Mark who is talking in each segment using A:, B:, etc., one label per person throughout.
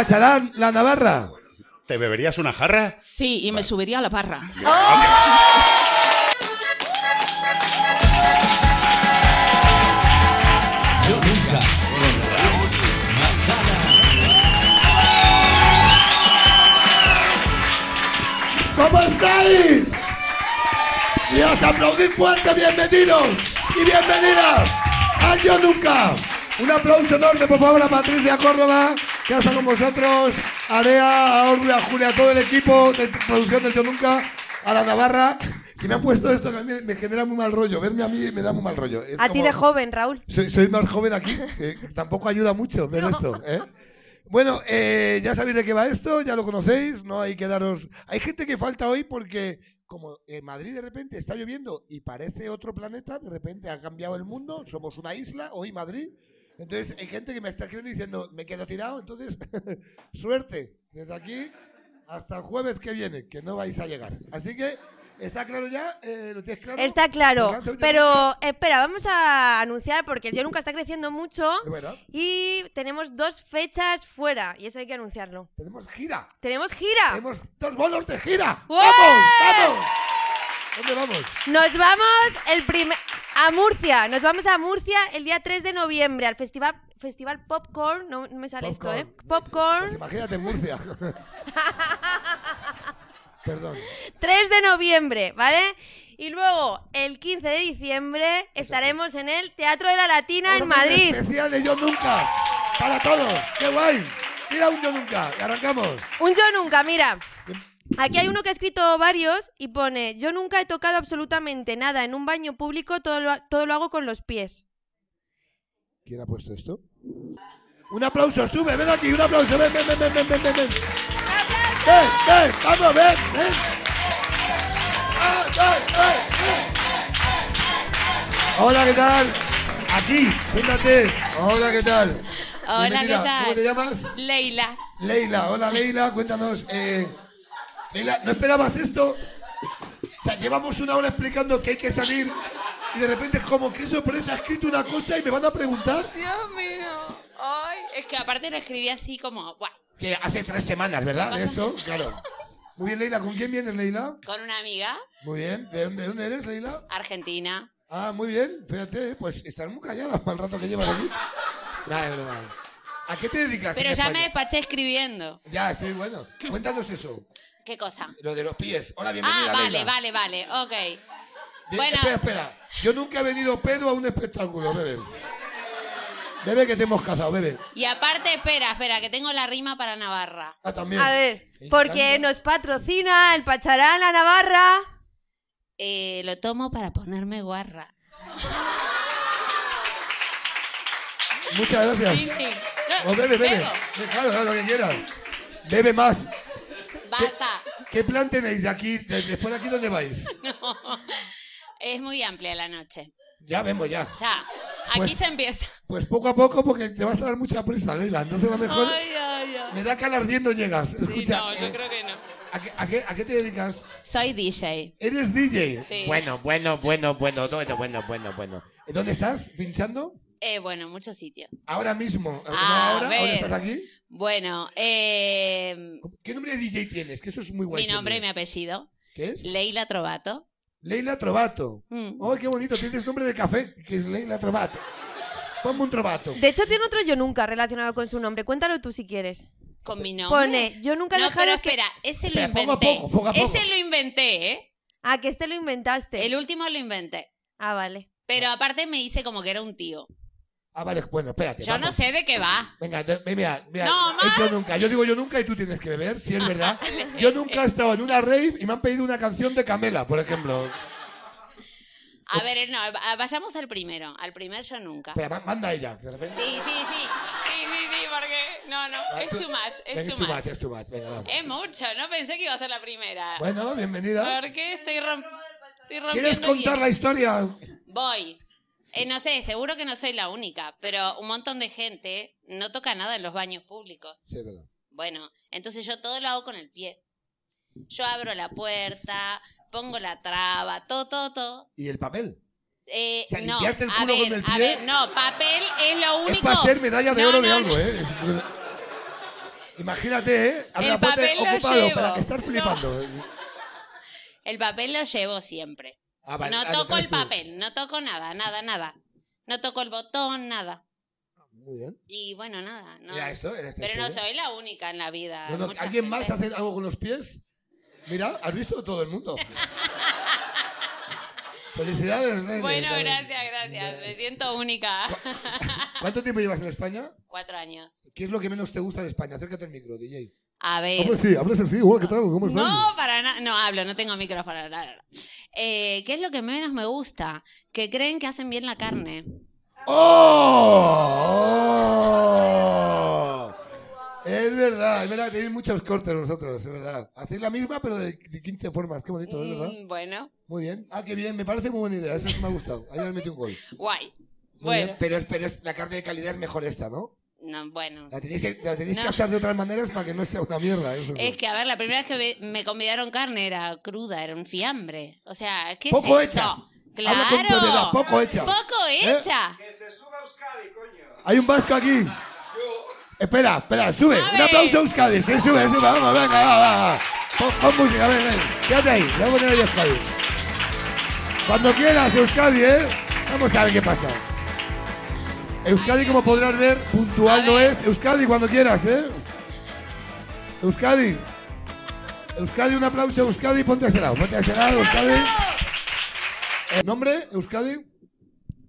A: despacharán la Navarra?
B: ¿Te beberías una jarra?
C: Sí, y me subiría a la parra.
D: Yo nunca. Masada.
A: ¿Cómo estáis? Dios, aplaudid fuerte, bienvenidos y bienvenidas a Yo Nunca. Un aplauso enorme, por favor, a Patricia Córdoba, que ha estado con vosotros, a Lea, a Orbe, a Julia, a todo el equipo de producción de Yo Nunca, a la Navarra, que me ha puesto esto que a mí me genera muy mal rollo. Verme a mí me da muy mal rollo. Es
E: A ti
A: como-
E: de joven, Raúl.
A: soy, soy más joven aquí, que tampoco ayuda mucho ver esto. ¿eh? Bueno, eh, ya sabéis de qué va esto, ya lo conocéis, no hay que daros... Hay gente que falta hoy porque como en Madrid de repente está lloviendo y parece otro planeta, de repente ha cambiado el mundo, somos una isla, hoy Madrid. Entonces hay gente que me está escribiendo diciendo, me quedo tirado, entonces suerte, desde aquí hasta el jueves que viene, que no vais a llegar. Así que, ¿está claro ya? Eh, ¿Lo tienes claro?
E: Está claro.
A: ¿Lo lanzo ya?
E: Pero espera, vamos a anunciar porque el Yo Nunca está creciendo mucho
A: Es verdad,
E: y tenemos dos fechas fuera y eso hay que anunciarlo.
A: tenemos gira.
E: ¡Tenemos gira!
A: Tenemos dos bolos de gira.
E: ¡Ué!
A: ¡Vamos! ¡Vamos! ¿Dónde vamos?
E: Nos vamos el primer... A Murcia, nos vamos a Murcia el día 3 de noviembre al festival, festival Popcorn, no, no me sale esto, ¿eh?
A: Pues
E: Popcorn,
A: imagínate Murcia. Perdón.
E: 3 de noviembre, ¿vale? Y luego, el 15 de diciembre, estaremos en el Teatro de la Latina en
A: Vamos a hacer
E: Madrid.
A: un Especial de Yo Nunca. Para todos. ¡Qué guay! Tira un Yo Nunca. Y arrancamos.
E: Un yo nunca, mira. Aquí hay uno que ha escrito varios y pone, yo nunca he tocado absolutamente nada en un baño público, todo lo, todo lo hago con los pies.
A: ¿Quién ha puesto esto? Un aplauso, sube, ven aquí, un aplauso, ven, ven, ven, ven, ven, ven, ven, ven. Ven, ven, vamos, ven, ven. Ah, ven, ven, ven. Hola, ¿qué tal? Aquí, siéntate. Hola, ¿qué tal?
F: Hola,
A: Bienvenida.
F: ¿qué tal?
A: ¿Cómo te llamas?
F: Leila.
A: Leila, hola Leila, cuéntanos. eh, Leila, ¿no esperabas esto? O sea, llevamos una hora explicando que hay que salir y de repente es como, qué sorpresa, ha escrito una cosa y me van a preguntar.
F: Dios mío. Ay, es que aparte lo escribí así como, guau,
A: Que hace tres semanas, ¿verdad? Esto, claro. Muy bien, Leila, ¿con quién vienes, Leila?
F: con una amiga
A: Muy bien, ¿de dónde, de dónde eres, Leila?
F: argentina.
A: Ah, muy bien, fíjate, eh, pues estás muy callada para el rato que llevas aquí. Nada, es verdad. ¿A qué te dedicas?
F: Pero
A: en
F: ya me
A: España?
F: despaché escribiendo.
A: Ya, sí, bueno. Cuéntanos eso,
F: ¿Qué cosa?
A: lo de los pies. Hola, bienvenida,
F: Ah, vale,
A: Leila.
F: vale, vale, ok.
A: Bien,
F: Bueno.
A: Espera, espera. Yo nunca he venido pedo a un espectáculo, bebé. Bebé, que te hemos casado, bebé.
F: Y aparte, espera, espera, que tengo la rima para Navarra.
A: Ah, también.
E: A ver,
A: Me
E: porque
A: encanta.
E: nos patrocina el Pacharán La Navarra.
F: Eh, lo tomo para ponerme guarra.
A: Muchas gracias.
F: Chin, chin. No,
A: O bebe, bebe.
F: bebo.
A: Ve, Claro, claro, lo que quieras. Bebe más.
F: Basta.
A: ¿Qué plan tenéis de aquí? De- Después de aquí, ¿dónde vais?
F: No. Es muy amplia la noche.
A: Ya vemos, ya.
F: Ya. Aquí
A: Pues-
F: se empieza.
A: Pues poco a poco, porque te vas a dar mucha prisa, Leila. Entonces, a lo mejor
F: Ay, ay, ay.
A: me da que al ardiendo llegas.
F: Sí,
A: Escucha,
F: no,
A: eh,
F: yo creo que no.
A: ¿a, qué, a qué- a qué te dedicas?
F: Soy DJ.
A: ¿Eres DJ?
F: Sí.
G: Bueno, bueno, bueno, bueno, bueno, bueno, bueno, bueno.
A: ¿Dónde estás? ¿Pinchando?
F: Eh, bueno, en muchos sitios.
A: Ahora mismo. No,
F: Ah, A
A: ahora, ahora
F: ver.
A: estás aquí.
F: Bueno, eh,
A: ¿Qué nombre de DJ tienes? Que eso es muy guay.
F: mi nombre y mi
A: siempre.
F: apellido.
A: ¿Qué es?
F: Leila Trovato.
A: Leila Trovato.
F: Mm.
A: Oh, qué bonito. Tienes nombre de café, que es Leila Trovato. Ponme un Trovato.
E: De hecho, tiene otro yo nunca relacionado con su nombre. Cuéntalo tú si quieres.
F: Con mi nombre.
E: Pone, yo nunca he
F: no, pero
E: dejado que...
F: espera, ese lo
A: Espera, poco a
F: inventé.
A: poco, poco a poco.
F: Ese lo inventé, ¿eh?
E: Ah, que este lo inventaste.
F: El último lo inventé.
E: Ah, vale.
F: Pero aparte me hice como que era un tío.
A: Ah, vale, bueno, espérate.
F: Yo
A: vamos.
F: no sé de qué va.
A: Venga, no, ve- mira, mira.
F: No,
A: eh,
F: más.
A: Yo nunca. Yo digo yo nunca y tú tienes que beber, si es verdad. Yo nunca he estado en una rave y me han pedido una canción de Camela, por ejemplo.
F: A ver, eh, no, a- vayamos al primero. Al primer yo nunca.
A: Espera, ma- manda ella, de repente.
F: Sí, sí, sí. Sí, sí, sí, porque. No, no.
A: Ah,
F: Es
A: tú-
F: too much. Es
A: Venga,
F: too much. Eh,
A: Es too much, venga, vamos.
F: Es mucho. No pensé que iba a ser la primera.
A: Bueno, bienvenida.
F: Porque estoy, romp- estoy rompiendo.
A: ¿Quieres contar
F: bien.
A: la historia?
F: Voy. Eh, no sé, seguro que no soy la única, pero un montón de gente no toca nada en los baños públicos.
A: Sí, es verdad.
F: Bueno, entonces yo todo lo hago con el pie. Yo abro la puerta, pongo la traba, todo, todo, todo.
A: ¿Y el papel?
F: Eh,
A: O sea,
F: no,
A: limpiarte el
F: a
A: culo
F: ver,
A: con el
F: a
A: pie.
F: ver, no, papel es lo único.
A: Es para ser medalla de
F: No,
A: oro de
F: no,
A: algo,
F: no.
A: ¿eh? Es- Imagínate, ¿eh? Abre
F: El
A: la puerta
F: papel lo
A: ocupado
F: llevo.
A: para que estar
F: No.
A: flipando.
F: El papel lo llevo siempre.
A: Ah, vale.
F: no
A: Ah, lo
F: toco
A: traes
F: el
A: tú.
F: papel, no toco nada, nada, nada. No toco el botón, nada.
A: Muy bien.
F: Y bueno, nada. no.
A: Mira esto, era este
F: Pero no
A: estudio.
F: soy la única en la vida.
A: No, no,
F: Ah, Mucha
A: ¿Alguien más
F: gente-
A: hace algo con los pies? Mira, ¿has visto todo el mundo? Felicidades, Reyes.
F: Bueno,
A: Vale.
F: gracias, gracias. Me siento única.
A: ¿Cuánto tiempo llevas en España?
F: Cuatro años.
A: ¿Qué es lo que menos te gusta de España? Acércate al micro, DJ.
F: A ver.
A: Habla sí, habla sí. Hola, ¿qué tal? ¿Cómo estás?
F: No, para nada. No hablo, no tengo micrófono. no, no, no. Eh, ¿Qué es lo que menos me gusta? Que creen que hacen bien la carne.
A: ¡Oh! Es verdad, es verdad, tenéis muchos cortes vosotros, es verdad. Hacéis la misma, pero de, de 15 formas, qué bonito, es verdad.
F: Mm, bueno,
A: Muy bien. Ah, qué bien, me parece muy buena idea, eso sí me ha gustado. Ahí has metido un gol. Muy
F: guay.
A: bien,
F: Bueno,
A: Pero, es- pero es- la carne de calidad es mejor esta, ¿no?
F: no, bueno.
A: La tenéis que, la tenéis que
F: No.
A: hacer de otras maneras para que no sea una mierda. eso sí.
F: Es que, a ver, la primera vez que ve- me convidaron carne era cruda, era un fiambre. O sea, ¿qué
A: Poco
F: es
A: hecha.
F: esto?
A: Habla con propiedad,
F: ¡Claro!
A: poco hecha.
F: Poco
A: ¿Eh?
F: hecha.
A: Hay un vasco aquí. Espera, espera, sube.
F: A
A: Un
F: ver.
A: aplauso a Euskadi. Sí, sube, sube. Vamos, venga, va, va. va. Pon, pon música, ven, ven. Quédate ahí. Le Voy a poner ahí Euskadi. Cuando quieras, Euskadi, ¿eh? Vamos a ver qué pasa. Euskadi, como podrás ver, puntual
F: A
A: no
F: ver.
A: es. Euskadi, cuando quieras, ¿eh? Euskadi. Euskadi, un aplauso a Euskadi. Ponte a ese lado. Ponte a ese lado, Euskadi. Eh, ¿Nombre, Euskadi?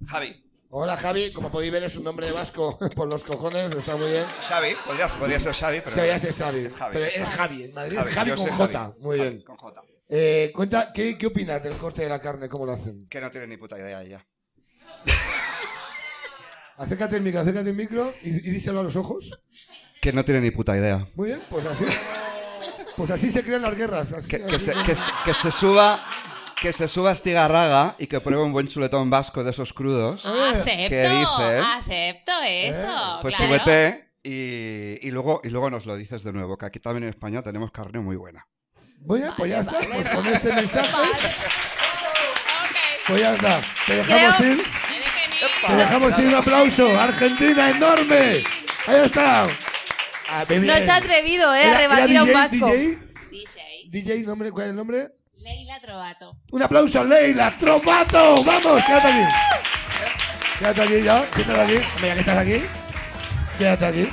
D: Javi.
A: Hola Javi, como podéis ver es un nombre de vasco por los cojones, está muy bien.
D: Xavi, podrías- podría ser Xavi, pero.
A: Se veía ser Javi.
D: Es Javi.
A: Pero es Javi, en Madrid
D: Javi,
A: es Javi
D: yo
A: con
D: soy
A: J,
D: Javi.
A: muy
D: Javi
A: bien.
D: Con J.
A: Eh, cuenta, ¿qué, ¿qué opinas del corte de la carne? ¿Cómo lo hacen?
D: Que no tiene ni puta idea ya.
A: Acércate al micro, acércate al micro y, y díselo a los ojos.
D: Que no tiene ni puta idea.
A: Muy bien, pues así. Pues así se crean las guerras. así-
D: Que, que
A: así
D: se,
A: se-
D: que se- que se suba. Que se suba Estigarraga y que pruebe un buen chuletón vasco de esos crudos. ¿Qué
F: Ah, Acepto,
D: dice?
F: acepto eso.
D: Pues
F: claro.
D: súbete y, y luego, y luego nos lo dices de nuevo, que aquí también en España tenemos carne muy buena.
A: Muy bien, pues ya está. Pues con este mensaje,
F: Ok,
A: pues ya está. Te dejamos
E: Creo-
A: ir.
F: me dejen ir.
A: Te dejamos ir un aplauso. Argentina, enorme. Ahí está. Ah, me
E: No
A: viene.
E: se ha atrevido, ¿eh?
A: Era-
E: A
A: era
E: rebatir a un
A: DJ,
E: vasco.
A: DJ.
F: DJ.
A: DJ, nombre, ¿cuál es el nombre?
F: Leila Trovato.
A: Un aplauso a Leila Trovato. Vamos, quédate aquí. Quédate aquí ya, quédate aquí. Mira que estás aquí. Quédate aquí.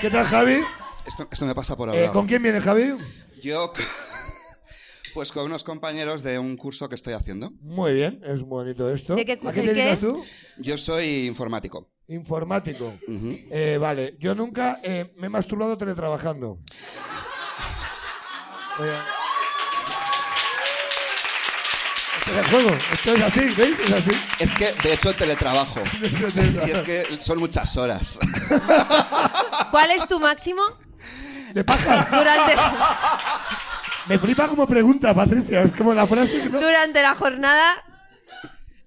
A: ¿Qué tal, Javi?
D: Esto, esto me pasa por
A: Eh,
D: hablar.
A: ¿Con quién viene Javi?
D: Yo, pues con unos compañeros de un curso que estoy haciendo.
A: Muy bien, es bonito esto.
E: ¿De qué
A: ¿A
E: curso
A: qué
E: y
A: te
E: qué?
A: dedicas tú?
D: Yo soy informático.
A: Informático.
D: Ujú.
A: Eh, vale, yo nunca eh, me he masturbado teletrabajando. Oye. Este es el juego, esto es así, ¿veis? Es así.
D: Es que, de hecho, teletrabajo.
A: Eso es
D: Y es
A: teletrabajo.
D: que son muchas horas.
E: ¿Cuál es tu máximo?
A: De paja.
E: Durante,
A: Me flipa como pregunta, Patricia. Es como la frase que no.
E: durante la jornada.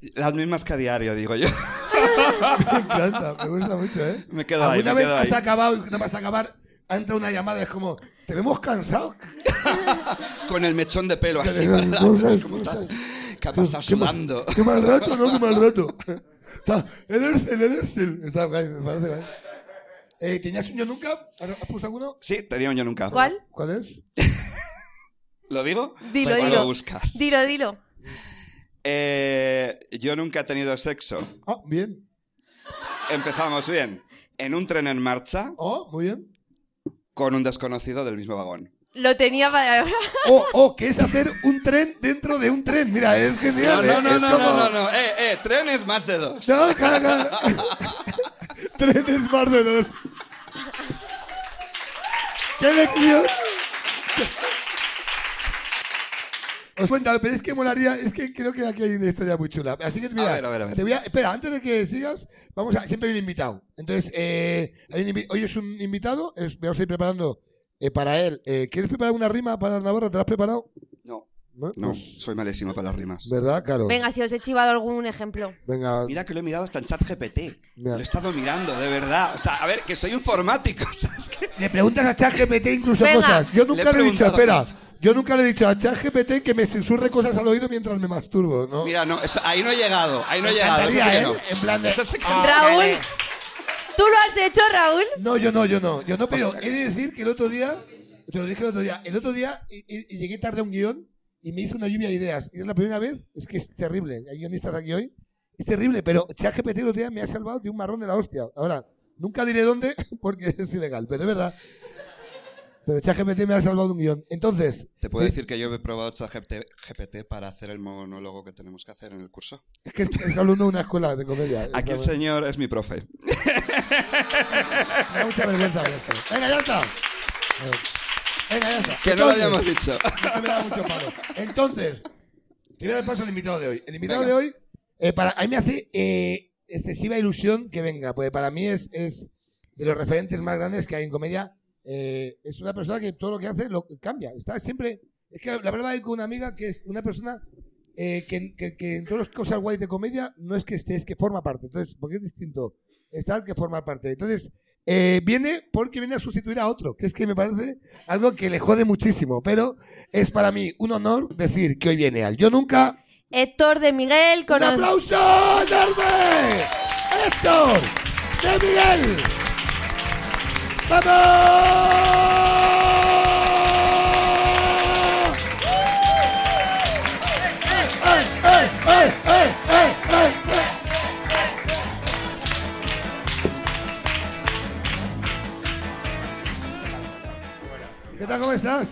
D: Las mismas que a diario, digo yo.
A: Me encanta, me gusta mucho, ¿eh?
D: Me quedo ahí,
A: ¿Alguna
D: me
A: vez
D: quedo
A: has
D: ahí.
A: acabado y no vas a acabar? Entra una llamada, es como, ¿te vemos cansado?
D: Con el mechón de pelo así.
A: Qué
D: ¿verdad?
A: vergüenza,
D: Es como tal. Que ha pasado
A: Qué mal-
D: sudando.
A: Qué mal rato, ¿no? Qué mal rato. Está, el Ercel, el Ercel. Está guay, me parece guay. Eh, ¿Tenías un yo nunca? ¿Has puesto alguno?
D: Sí, tenía un yo nunca.
E: ¿Cuál?
A: ¿Cuál es?
D: ¿Lo digo?
E: Dilo,
D: ¿Cuál lo
E: dilo.
D: buscas?
E: Dilo, dilo.
D: Eh, yo nunca he tenido sexo.
A: Ah, bien.
D: Empezamos bien. En un tren en marcha
A: Oh, muy bien.
D: con un desconocido del mismo vagón.
E: Lo tenía para.
A: Oh, oh, que es hacer un tren dentro de un tren. Mira, es
D: No,
A: genial.
D: no,
A: ¿eh?
D: no,
A: Es
D: no,
A: como-
D: no, no, no. Eh, eh, tren es más de dos.
A: No, claro, claro. Trenes más de dos. ¡Qué lección! Os cuento, pero es que molaría, es que creo que aquí hay una historia muy chula. Así que mira,
D: A ver, a ver, a ver.
A: te voy a- espera, antes de que sigas, vamos a, siempre hay un invitado. Entonces, eh, hay un invi- hoy es un invitado, es, vamos a ir preparando eh, para él. Eh, ¿Quieres preparar una rima para Navarra? ¿Te la has preparado?
D: No,
A: No,
D: no,
A: Pues,
D: soy malísimo para las rimas.
A: ¿Verdad? Claro.
E: Venga, si os he chivado algún ejemplo.
A: Venga.
D: Mira que lo he mirado hasta en chat GPT.
A: Ya.
D: Lo he estado mirando, de verdad. O sea, a ver, que soy informático. ¿sabes qué?
A: Le preguntas a ChatGPT incluso
E: Venga.
A: cosas. Yo nunca
D: Le he
A: le, he dicho,
D: preguntado
A: espera,
D: cosas.
A: yo nunca le he dicho a ChatGPT que me susurre cosas al oído mientras me masturbo, ¿no?
D: Mira, no, eso- ahí no he llegado. Ahí no he
A: Me
D: llegado. Eso sí
A: encantaría,
D: que no.
A: ¿eh? En plan de-
D: Eso sí que no.
E: Raúl, ¿Tú lo has hecho, Raúl?
A: No, yo no, yo no. Yo no, pero he de decir que el otro día, te lo dije el otro día, el otro día eh, eh, llegué tarde a un guión y me hizo una lluvia de ideas. Y es la primera vez, es que es terrible. Hay guionistas aquí hoy. Es terrible, pero ChatGPT el otro día me ha salvado de un marrón de la hostia. Ahora, nunca diré dónde porque es ilegal, pero es verdad. Pero ChatGPT me ha salvado de un guión. Entonces,
D: ¿Te puedo
A: Sí.
D: decir que yo he probado ChatGPT GPT para hacer el monólogo que tenemos que hacer en el curso?
A: es que es alumno de una escuela de comedia.
D: Aquí el
A: Está-
D: señor es mi profe.
A: Me da mucha vergüenza ver esto. Venga, ya está. Venga, ya está.
D: Que no lo
A: Entonces,
D: habíamos dicho.
A: esto me da mucho palo. Entonces, te voy a dar paso al invitado de hoy. El invitado
D: Venga.
A: de hoy, eh, para, a mí me hace eh, excesiva ilusión que venga, porque para mí es, es de los referentes más grandes que hay en comedia. Eh, es una persona que todo lo que hace lo cambia. Está siempre. Es que la verdad, hay con una amiga que es una persona eh, que, que- que en todas las cosas guays de comedia no es que esté, es que forma parte. Entonces, porque es distinto estar que formar parte. Entonces, eh, viene porque viene a sustituir a otro, que es que me parece algo que le jode muchísimo, pero es para mí un honor decir que hoy viene al Yo Nunca.
E: Héctor de Miguel
A: ¡Un
E: cono-
A: aplauso enorme! ¡Héctor de Miguel! ¡Vamos! ¡Eh, eh, eh, eh, eh, eh, eh! ¿Qué tal? ¿Cómo estás?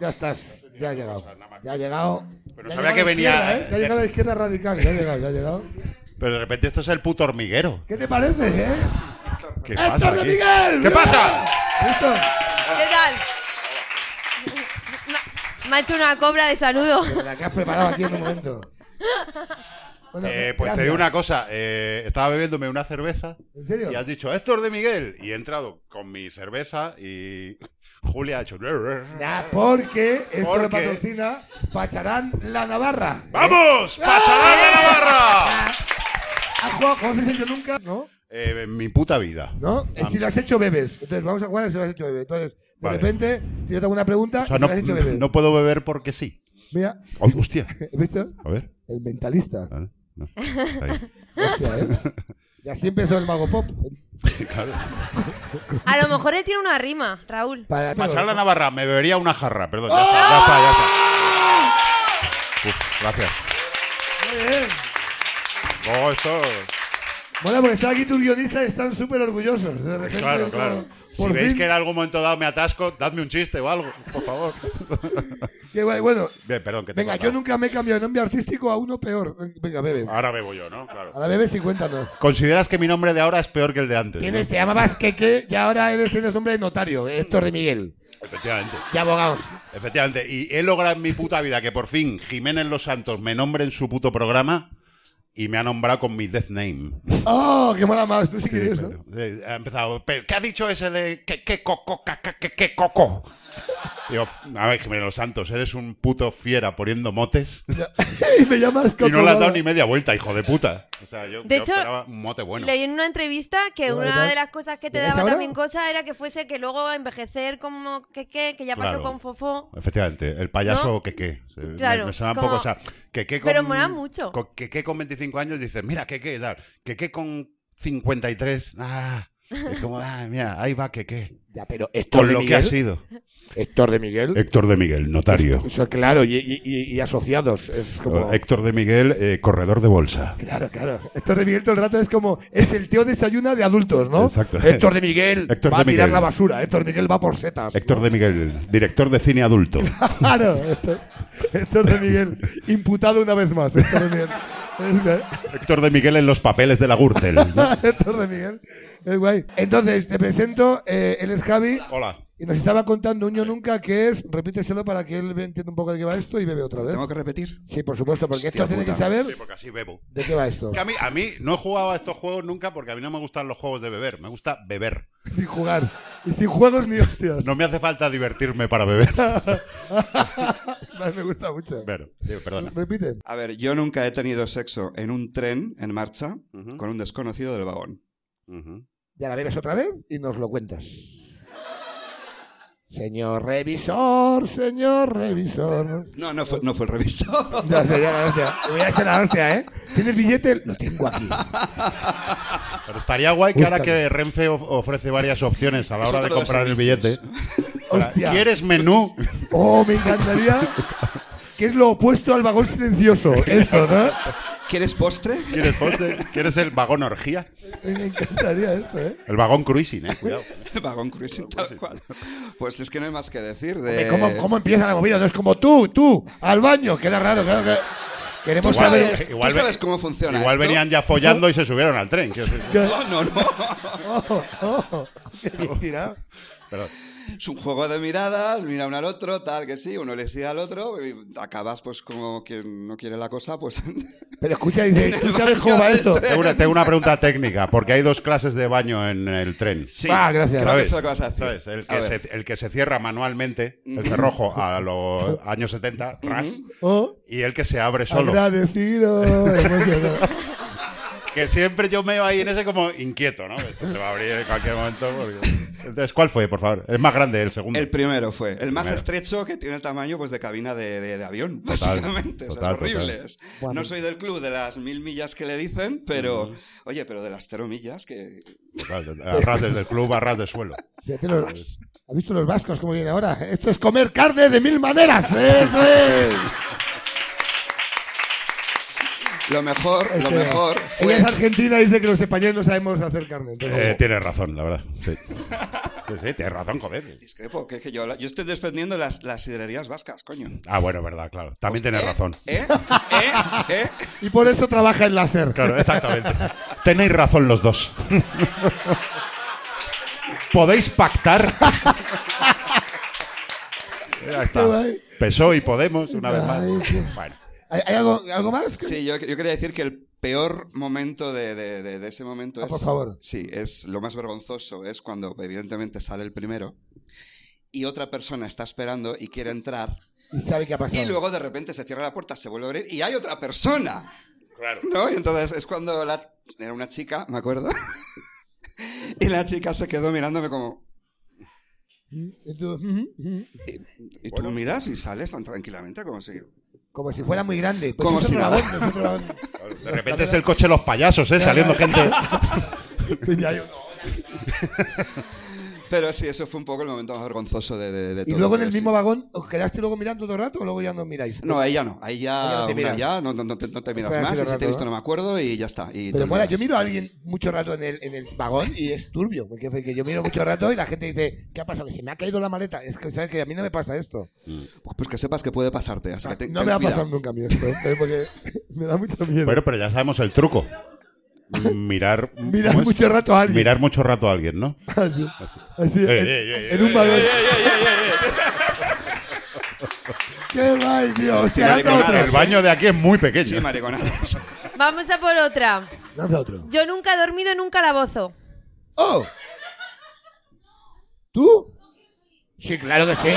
A: Ya estás, ya ha llegado. Ya ha llegado.
B: Pero
A: Ya ha
B: sabía
A: llegado
B: que
A: la
B: venía-
A: izquierda, ¿eh? Ya ha llegado la izquierda radical, ya ha llegado, ya ha llegado.
B: Pero de repente esto es el puto hormiguero.
A: ¿Qué te parece, eh?
B: ¿Qué pasa
A: ¡Héctor de
B: aquí?
A: Miguel!
B: ¿Qué
A: ¡Mira!
B: pasa?
A: ¿Listo?
E: ¿Qué tal? Ma- Me ha hecho una cobra de saludo.
A: Pero la que has preparado aquí en un momento. Bueno,
B: Eh, pues te
A: gracias.
B: digo una cosa, eh, estaba bebiéndome una cerveza
A: ¿En serio?
B: y has dicho Héctor de Miguel y he entrado con mi cerveza y Julia ha hecho
A: Ya, porque esto lo
B: Porque-
A: patrocina Pacharán La Navarra.
B: ¡Vamos! ¡Pacharán de Navarra!
A: ¿Has jugado? ¿Cómo se dice nunca? ¿No?
B: Eh, mi puta vida. Ah,
A: ¿No? Eh, Si lo has hecho, bebes. Entonces, vamos a jugar a si lo has hecho, bebes. Entonces, de
B: Vale.
A: repente, si yo te hago una pregunta,
B: O sea,
A: si
B: no,
A: lo has hecho, bebes.
B: no puedo beber porque sí.
A: Mira,
B: ¡Ay, hostia!
A: ¿has visto?
B: A ver.
A: El mentalista.
B: Vale, no. Ahí.
A: Hostia, ¿eh? Y así empezó el Mago Pop.
B: Claro.
E: A lo mejor él tiene una rima, Raúl.
A: Para
B: Pasar la Navarra, me bebería una jarra, perdón. Ya está, ya está, ya está. Uf, gracias.
A: Muy bien.
B: No, esto.
A: Mola, porque están aquí tus guionistas y están súper orgullosos. De repente,
B: Claro,
A: como,
B: claro. Si
A: Por
B: veis
A: fin,
B: que en algún momento dado me atasco, dadme un chiste o algo, por favor.
A: qué guay. Bueno,
B: Bien, perdón, que te he
A: venga, yo
B: cortado.
A: nunca me he cambiado de nombre artístico a uno peor. Venga, bebe.
B: Ahora bebo yo, ¿no? Claro.
A: Ahora bebes y cuéntanos.
B: ¿Consideras que mi nombre de ahora es peor que el de antes? ¿no?
A: Tienes, te llamabas Keke y ahora eres, tienes nombre de notario, Héctor de Miguel,
B: Efectivamente.
A: de abogados.
B: Efectivamente. Y he logrado en mi puta vida que por fin Jiménez Los Santos me nombre en su puto programa y me ha nombrado con mi death name.
A: ¡Oh, qué mola más! No sé quién es,
B: Sí,
A: ¿no?
B: sí, ha empezado. "Pero, ¿Qué ha dicho ese de que, que coco, ca, ca, que, que coco? Digo, a ver, Jiménez Los Santos, eres un puto fiera poniendo motes
A: y me llamas
B: y
A: Coco.
B: no le has dado
A: Baba.
B: ni media vuelta, hijo de puta. O sea, yo,
E: De
B: yo
E: hecho,
B: esperaba un mote bueno.
E: Leí en una entrevista que
A: Bueno,
E: una
A: ¿verdad?
E: de las cosas que te
A: ¿Lo ves
E: daba
A: ahora?
E: también cosa era que fuese que luego envejecer como que, que, que ya pasó
B: Claro.
E: con Fofó.
B: Efectivamente, el payaso
E: ¿No?
B: que qué. Se- me-
E: Claro,
B: me, suena
E: como-
B: un poco, o sea, que qué con,
E: Pero mola mucho.
B: con- que qué con 25 años dices, mira, que qué, tal. Que qué con 53, ah, es como, ah, mira, ahí va que qué.
A: Ya, pero Héctor
B: Con
A: de
B: lo que
A: Miguel.
B: ha sido.
A: Héctor de Miguel.
B: Héctor de Miguel, notario.
A: Eso, claro, y, y- y- y asociados. Es como.
B: Héctor de Miguel, eh, corredor de bolsa.
A: Claro, claro. Héctor de Miguel todo el rato es como. Es el tío desayuna de adultos, ¿no?
B: Exacto.
A: Héctor de Miguel
B: Héctor
A: va
B: de
A: a tirar
B: Miguel.
A: la basura. Héctor de Miguel va por setas.
B: Héctor de Miguel, director de cine adulto.
A: Claro, Héctor, Héctor de Miguel. Imputado una vez más. Héctor de Miguel.
B: Héctor de Miguel en los papeles de la Gürtel.
A: Héctor de Miguel. Es guay. Entonces, te presento, eh, él es Javi
B: Hola.
A: y nos estaba contando un yo nunca que es, repíteselo para que él entienda un poco de qué va esto y bebe otra vez.
D: ¿Tengo que repetir?
A: Sí, por supuesto, porque
D: Hostia
A: esto tiene que
D: puta.
A: saber
B: Sí, porque así bebo.
A: de qué va esto.
B: Que a, mí, a mí no he jugado a estos juegos nunca porque a mí no me gustan los juegos de beber. Me gusta beber.
A: Sin jugar. Y sin juegos ni hostias.
B: No me hace falta divertirme para beber.
A: Me gusta mucho.
B: Pero, digo, perdona.
A: Repite.
D: A ver, yo nunca he tenido sexo en un tren en marcha con un desconocido del vagón.
B: Ujú.
A: Ya la bebes otra vez y nos lo cuentas. Señor revisor, señor revisor.
D: No, no fue, no fue el revisor.
A: No, sería la hostia. Hubiera sido la hostia, ¿eh? ¿Tienes billete? Lo tengo aquí.
B: Pero estaría guay que ahora
A: Búscalo.
B: que Renfe of- ofrece varias opciones a la
D: Es
B: hora de
D: otro de los
B: comprar el billete.
D: servicios.
B: Ahora,
A: Hostia.
B: ¿Quieres menú?
A: Oh, me encantaría. Que es lo opuesto al vagón silencioso. Eso, ¿no?
D: ¿Quieres postre?
B: ¿Quieres postre? ¿Quieres el vagón orgía?
A: Me encantaría esto, ¿eh?
B: El vagón cruising, eh. Cuidado.
D: Vagón cruising, tal cual. Pues es que no hay más que decir
A: Hombre,
D: de...
A: ¿Cómo, cómo empieza la movida? No es como tú, tú, al baño. Queda raro, claro que.
D: ¿Tú
A: Queremos saber.
D: sabes,
B: Igual
D: tú
B: ve-
D: sabes cómo funciona
B: Igual
D: esto?
B: venían ya follando y se subieron al tren. quiero decir.
D: No, no, no.
A: Oh, oh, qué bien tirado.
B: Pero-
D: Es un juego de miradas, mira uno al otro, tal que sí, uno le sigue al otro y acabas pues como quien no quiere la cosa, pues...
A: Pero escucha, dice, ¿tú
D: el
A: sabes cómo
D: baño
A: va
D: del
A: esto?
D: tren.
B: Tengo una, Eh, tengo una pregunta técnica, porque hay dos clases de baño en el tren.
D: Sí,
A: Ah, gracias.
D: Creo que
B: ¿Sabes?
D: es lo que vas a decir.
B: ¿Sabes? El,
D: A
B: que
D: ver.
B: se, el que se cierra manualmente, el cerrojo a los años 70, ras,
A: Oh,
B: y el que se abre solo.
A: agradecido. emocionado.
B: Que siempre yo me veo ahí en ese como inquieto, ¿no? Esto se va a abrir en cualquier momento. porque- Entonces, ¿cuál fue, por favor? Es más grande el segundo.
D: El primero fue. El más
B: Primero.
D: estrecho que tiene el tamaño pues, de cabina de, de- de avión,
B: Total,
D: básicamente. O sea,
B: total,
D: es horrible. Es-
A: Bueno.
D: No soy del club de las mil millas que le dicen, pero. Oye, pero de las cero millas que.
B: A ras desde el club, a ras del suelo.
A: Fíjate los- ¿Has visto los vascos cómo vienen ahora? Esto es comer carne de mil maneras. ¿eh? Eso es.
D: Lo mejor, lo
A: Este,
D: mejor
A: Ella
D: fue.
A: es argentina y dice que los españoles no sabemos hacer carne. Entonces,
B: Eh, tienes razón, la verdad. Sí, sí, sí, tienes razón, joder.
D: Discrepo, que, es que yo, yo estoy defendiendo las, las sidrerías vascas, coño.
B: Ah, bueno, verdad, claro.
D: Pues,
B: También tienes
D: ¿eh?
B: razón.
D: ¿Eh? ¿Eh? ¿Eh?
A: Y por eso trabaja en láser.
B: Claro, exactamente. Tenéis razón los dos. ¿Podéis pactar? Ya
A: Qué
B: está.
A: guay.
B: PSOE y Podemos, una vez más.
A: Ay, sí.
B: Bueno,
A: ¿Hay, hay algo, algo más?
D: Sí, yo, yo quería decir que el peor momento de, de- de- de ese momento
A: Ah,
D: es.
A: por favor.
D: Sí, es lo más vergonzoso, es cuando evidentemente sale el primero y otra persona está esperando y quiere entrar.
A: Y sabe qué ha pasado.
D: Y luego de repente se cierra la puerta, se vuelve a abrir y hay otra persona. Claro. ¿No? Y entonces es cuando la... era una chica, me acuerdo. y la chica se quedó mirándome como.
A: Y tú, ujú, ujú.
D: Y tú miras y sales tan tranquilamente como si.
A: Como si fuera muy grande. Pues
D: Como
A: es
D: si
A: otro
D: nada.
A: vagón, es otro vagón.
B: de repente es el coche de los payasos, ¿eh? Saliendo gente.
A: Ya hay uno.
D: Pero sí, eso fue un poco el momento más vergonzoso de, de- de
A: Y
D: todo.
A: luego en el
D: sí.
A: mismo vagón, ¿os quedaste luego mirando todo el rato o luego ya no miráis?
D: No, ahí ya no. Ahí
A: Ahí ya no
D: ya
A: te
D: una
A: miras.
D: ya no, no- no te, no te miras
A: Fue así
D: más. Y
A: de
D: si te
A: rato,
D: he visto
A: ¿no?
D: no me acuerdo y ya está. Y te
A: Pero mola, yo
D: olvidas.
A: miro a alguien mucho rato en el, en el vagón y es turbio, porque fue que yo miro mucho rato y la gente dice, ¿qué ha pasado? Que se me ha caído la maleta. Es que sabes que a mí no me pasa esto.
D: Pues que sepas que puede pasarte. Así que te-
A: No
D: ten
A: me ha
D: cuidado.
A: pasado nunca a mí esto, ¿eh? porque me da mucho miedo.
B: Bueno, pero ya sabemos el truco. Mirar.
A: Mirar
B: ¿cómo es?
A: mucho rato a alguien.
B: Mirar mucho rato a alguien, ¿no?
A: Así, así, en,
B: Eh, eh, eh,
A: en
B: eh,
A: un vagón. ¡Qué guay, tío! O sea,
D: Sí,
A: lanza
D: maricón,
A: otro.
B: El baño de aquí es muy pequeño.
D: Sí, mariconadas.
E: Vamos a por otra.
A: Lanza otro.
E: Yo nunca he dormido en un calabozo.
A: ¡Oh! ¿Tú?
G: Sí, claro que sí.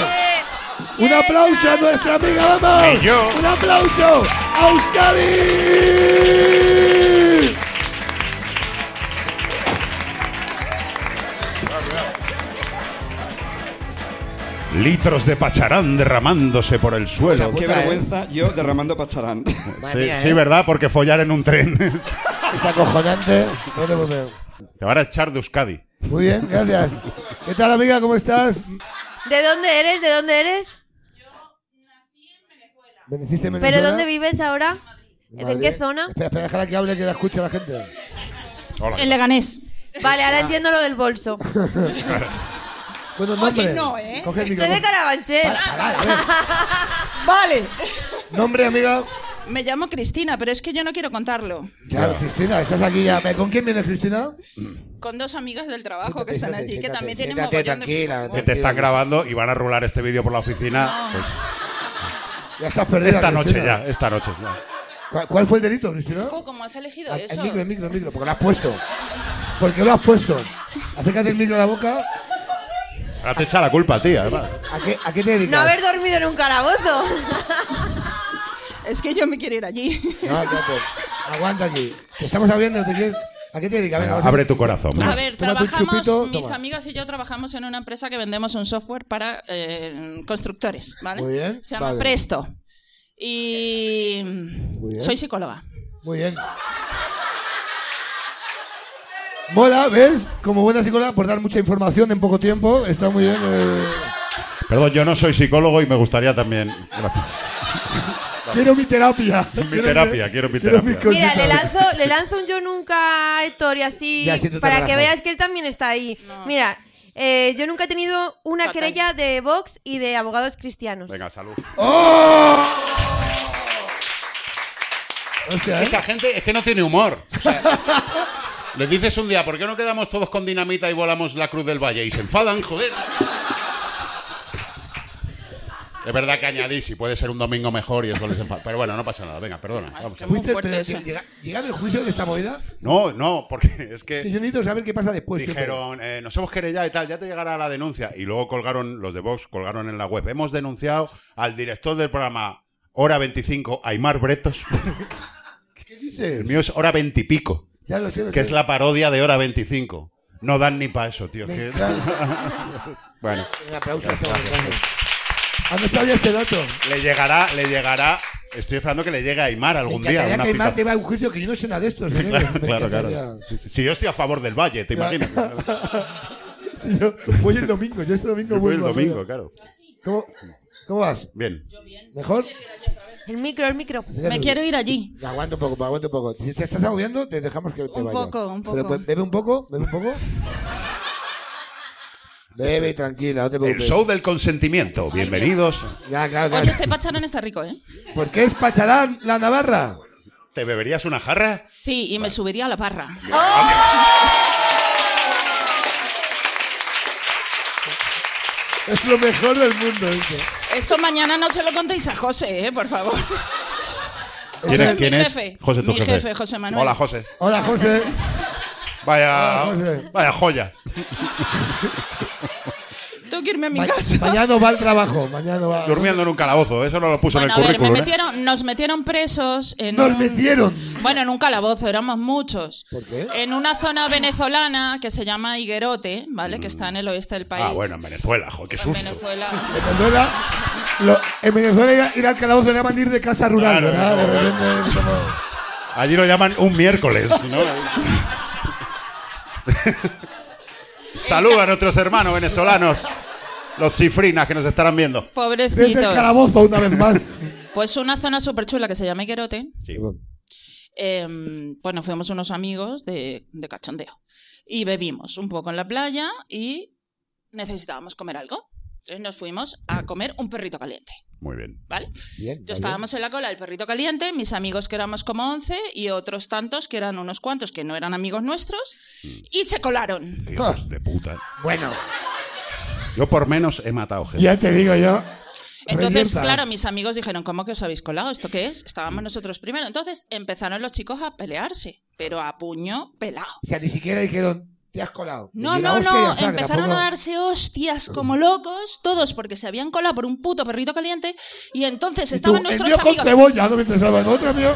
A: ¡Un aplauso a nuestra amiga, vamos!
B: Y yo.
A: ¡Un aplauso a Euskadi!
B: Litros de pacharán derramándose por el
D: O sea,
B: suelo.
D: qué
A: puta, ¿eh?
D: vergüenza yo derramando pacharán.
B: Sí,
G: Madre mía,
B: sí,
G: ¿eh?
B: ¿verdad? Porque follar en un tren.
A: Es acojonante.
B: eh.
A: Bueno, pues, bueno.
B: Te van a echar de Euskadi.
A: Muy bien, gracias. ¿Qué tal, amiga? ¿Cómo estás?
E: ¿De dónde eres? ¿De dónde eres?
A: ¿Me dijiste en
E: ¿Pero
A: Venezuela?
E: dónde vives ahora? ¿En
A: Madrid.
E: qué zona?
A: Espera, espera, déjala que hable, que la escuche la gente.
B: Hola.
C: En Leganés.
E: Vale, ahora entiendo lo del bolso.
A: Bueno, nombre. no, ¿eh? Coge el
E: Soy de
A: micrófono.
E: Carabanchel.
A: Para- parad, a ver.
C: Vale.
A: Nombre, amiga.
C: Me llamo Cristina, pero es que yo no quiero contarlo.
A: Claro,
B: Claro.
A: Cristina, estás aquí ya. ¿Con quién vienes, Cristina?
C: Con dos amigas del trabajo que están
A: Siéntate,
C: allí, que
A: siéntate,
C: también tienen
A: siéntate,
C: mogollón de
A: tranquila, Ah.
B: Que
A: tranquila.
B: te están grabando y van a rular este vídeo por la oficina. pues,
A: Ya estás perdida.
B: esta noche
A: Cristina.
B: ya, esta noche. ya.
A: ¿Cuál- ¿Cuál fue el delito, Cristina?
C: Ojo, ¿cómo has elegido
A: Ah, El
C: eso?
A: micro, el micro, el micro, porque lo has puesto. Porque lo has puesto. Acércate el micro a la boca.
B: Ahora te echa la culpa, tía. además.
A: ¿A qué, a qué te dedicas?
E: No haber dormido en un calabozo.
C: Es que yo me quiero ir allí.
A: pues, No, no, no. Aguanta aquí. Te estamos abriendo. ¿te quieres? ¿A qué te dedicas? Venga,
B: Venga,
A: vas a-
B: abre tu corazón.
A: Toma,
C: A ver,
A: toma tu
C: trabajamos,
A: chupito,
C: mis
A: toma.
C: amigas y yo trabajamos en una empresa que vendemos un software para eh, constructores, ¿vale?
A: Muy bien,
C: Se llama
A: vale.
C: Presto. Y
A: bien.
C: soy psicóloga.
A: Muy bien. Mola, ¿ves? Como buena psicóloga, por dar mucha información en poco tiempo. Está muy bien. eh.
B: Perdón, yo no soy psicólogo y me gustaría también. Gracias.
A: Quiero mi terapia.
B: Mi
A: Quiero
B: terapia, quiero mi
A: quiero mis
B: terapia.
A: cositas.
E: Mira, le lanzo, le lanzo un yo nunca a Héctor y así,
A: Y así tú te
E: para que
A: relajas.
E: veas que él también está ahí. Mira, eh, yo nunca he tenido una
C: Fatal.
E: querella de Vox y de abogados cristianos.
B: Venga, salud.
A: ¡Oh! Hostia, ¿eh?
B: Esa gente es que no tiene humor. O sea, les dices un día, ¿por qué no quedamos todos con dinamita y volamos la Cruz del Valle? Y se enfadan, joder. Es verdad que añadís, si puede ser un domingo mejor y eso les enfada. Pero bueno, no pasa nada. Venga, perdona. vamos a-
C: Muy
A: Fuiste-
C: fuerte
A: pero-
C: eso.
A: llega, llega el juicio de esta movida.
B: No, no, porque es
A: que
B: que
A: Yo necesito saber qué pasa después. siempre.
B: dijeron, eh, nos hemos querellado y tal, ya te llegará la denuncia. Y luego colgaron, los de Vox colgaron en la web. Hemos denunciado al director del programa Hora 25, Aymar Bretos.
A: ¿Qué
B: El
A: dices?
B: mío es Hora 20 y pico.
A: Ya lo sé. lo
B: que
A: sé.
B: es la parodia de Hora 25. No dan ni para eso, tío.
A: Me
B: que-
A: encanta.
B: bueno,
A: Un aplauso. a este hombre. Ah, no sabía este dato.
B: le llegará, le llegará. Estoy esperando que le llegue a Aymar
A: Me
B: algún día.
A: encantaría
B: Una
A: que Aymar
B: cita.
A: te va a un juicio que yo no sé nada de esto. señores. Me
B: Claro, claro.
A: encantaría.
B: Sí, sí. Si yo estoy a favor del Valle, ¿te
A: Claro.
B: imaginas?
A: Sí, yo voy el domingo. Yo este domingo
B: Yo voy el
A: vuelvo a
B: domingo,
A: Málaga.
B: claro.
A: ¿Cómo, ¿Cómo vas?
B: Bien.
A: ¿Mejor?
E: El micro, el micro.
C: Me quiero ir allí.
A: Aguanta un poco, aguanta un poco. Si te estás agobiando, te dejamos que te
C: Un
A: vayas.
C: poco, un
A: Pero,
C: poco.
A: pues, bebe un poco, bebe un poco. Bebe, tranquila, no te
B: El
A: preocupes.
B: show del consentimiento. Bienvenidos.
A: Ya, claro, claro.
C: Oye, este pacharán está rico, ¿eh?
A: ¿Por qué es Pacharán la Navarra?
B: ¿Te beberías una jarra?
C: Sí, y me subiría a la parra.
A: Es lo mejor del mundo. dice.
C: Esto mañana no se lo contéis a José, ¿eh? Por favor.
B: ¿Quién
C: José,
B: es? ¿Quién
C: mi
B: es?
C: jefe.
B: José, tu
C: mi
B: jefe.
C: jefe. José Manuel.
B: Hola, José.
A: Hola, José.
B: Vaya,
A: Hola, José.
B: vaya joya.
C: Tengo que irme a mi
A: Ma-
C: casa.
A: mañana no va al trabajo, mañana no va.
B: Durmiendo en un calabozo. Eso no lo puso
C: Bueno,
B: en
C: a ver,
B: el
C: me
B: currículum. ¿eh?
C: metieron, nos metieron presos en
A: Nos
C: un-
A: metieron.
C: Bueno, en un calabozo, éramos muchos.
A: ¿Por qué?
C: En una zona venezolana que se llama Higuerote, ¿vale? Que está en el oeste del país.
B: Ah, bueno, en Venezuela, jo, qué
C: En
B: susto.
C: Venezuela.
A: En Venezuela, lo- en Venezuela ir, ir al calabozo era mandir de casa rural,
B: Claro,
A: ¿verdad? De
B: claro.
A: repente, es como-
B: Allí lo llaman un miércoles, ¿no? Saluda a nuestros hermanos venezolanos, los cifrinas que nos estarán viendo.
A: Desde el
C: Pobrecitos.
A: calabozo una vez más.
C: Pues una zona súper chula que se llama Higuerote.
B: Sí.
C: Em, bueno, fuimos unos amigos de, de cachondeo. Y bebimos un poco en la playa y necesitábamos comer algo. Entonces nos fuimos a comer un perrito caliente,
B: Muy bien.
C: ¿vale?
A: Bien,
C: Yo estábamos en la cola del perrito caliente, mis amigos que éramos como 11 y otros tantos que eran unos cuantos que no eran amigos nuestros y se colaron.
A: Ah.
B: Hijos de puta.
A: Bueno,
B: Yo por menos he matado gente.
A: ya te digo yo.
C: Entonces,
A: revienta.
C: claro, mis amigos dijeron, ¿cómo que os habéis colado? ¿Esto qué es? Estábamos nosotros primero. Entonces empezaron los chicos a pelearse, pero a puño pelado.
A: O sea, ni siquiera dijeron, te has colado.
C: No,
A: Ni la
C: no,
A: hostia y ya
C: no,
A: está, que
C: empezaron a
A: tampoco-
C: darse hostias como locos, todos porque se habían colado por un puto perrito caliente y entonces
A: Y tú,
C: estaban
A: el
C: nuestros
A: mío con
C: amigos...
A: cebolla, no me interesaba. El otro mío.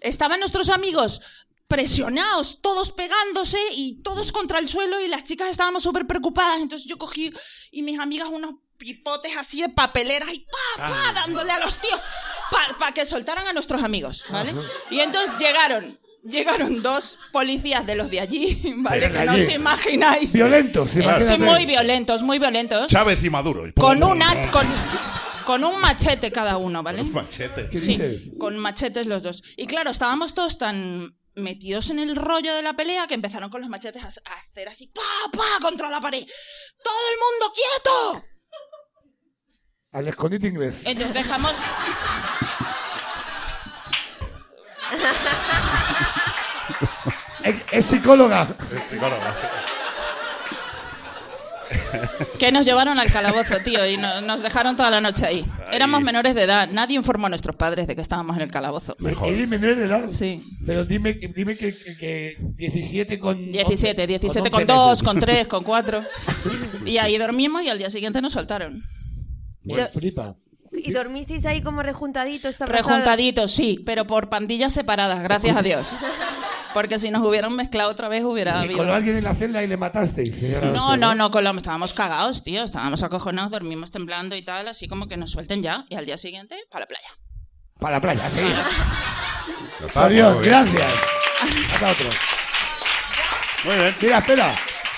C: Estaban nuestros amigos presionados, todos pegándose y todos contra el suelo y las chicas estábamos súper preocupadas. Entonces yo cogí y mis amigas unos pipotes así de papeleras y pa, pa,
A: Ah.
C: dándole a los tíos para que soltaran a nuestros amigos, ¿vale? Y entonces llegaron, llegaron dos policías de los de allí, ¿vale?
A: Sí,
C: que
A: allí.
C: no os imagináis.
A: Violentos,
B: Pues
C: Eh, sí,
A: imagínate.
C: muy violentos, muy violentos.
B: Chávez y Maduro.
C: Con un, hach- con, con un machete cada uno, ¿vale?
B: machete.
A: ¿Qué
C: Sí,
A: dices?
C: con machetes los dos. Y claro, estábamos todos tan metidos en el rollo de la pelea que empezaron con los machetes a, a hacer así, pa, pa, contra la pared. ¡Todo el mundo quieto!
A: Al escondite inglés.
C: Entonces dejamos...
A: Es, es psicóloga.
C: Que nos llevaron al calabozo, tío, y no- nos dejaron toda la noche ahí. Éramos menores de edad, nadie informó a nuestros padres de que estábamos en el calabozo.
B: Mejor.
A: Eh, dime, no eres de edad.
C: Sí.
A: Pero dime, dime que, que, que 17 con.
C: 17,
A: 11,
C: 17 con
A: 11
C: 2,
A: meses.
C: con 3, con 4. Y ahí dormimos y al día siguiente nos soltaron.
A: Bueno, flipa.
E: ¿Y dormisteis ahí como rejuntaditos? abrazados?
C: Rejuntaditos, sí, pero por pandillas separadas, gracias a Dios. Porque si nos hubieran mezclado otra vez hubiera
A: Se
C: habido...
A: coló alguien en la celda y le matasteis, señora.
C: No,
A: Ortega.
C: no, no, Colom, estábamos cagados, tío. Estábamos acojonados, dormimos temblando y tal, así como que nos suelten ya. Y al día siguiente, para la playa.
A: Para la playa, sí.
B: Está,
A: Adiós,
B: muy bien.
A: gracias. Hasta otro.
B: Muy bien.
A: Mira, espera.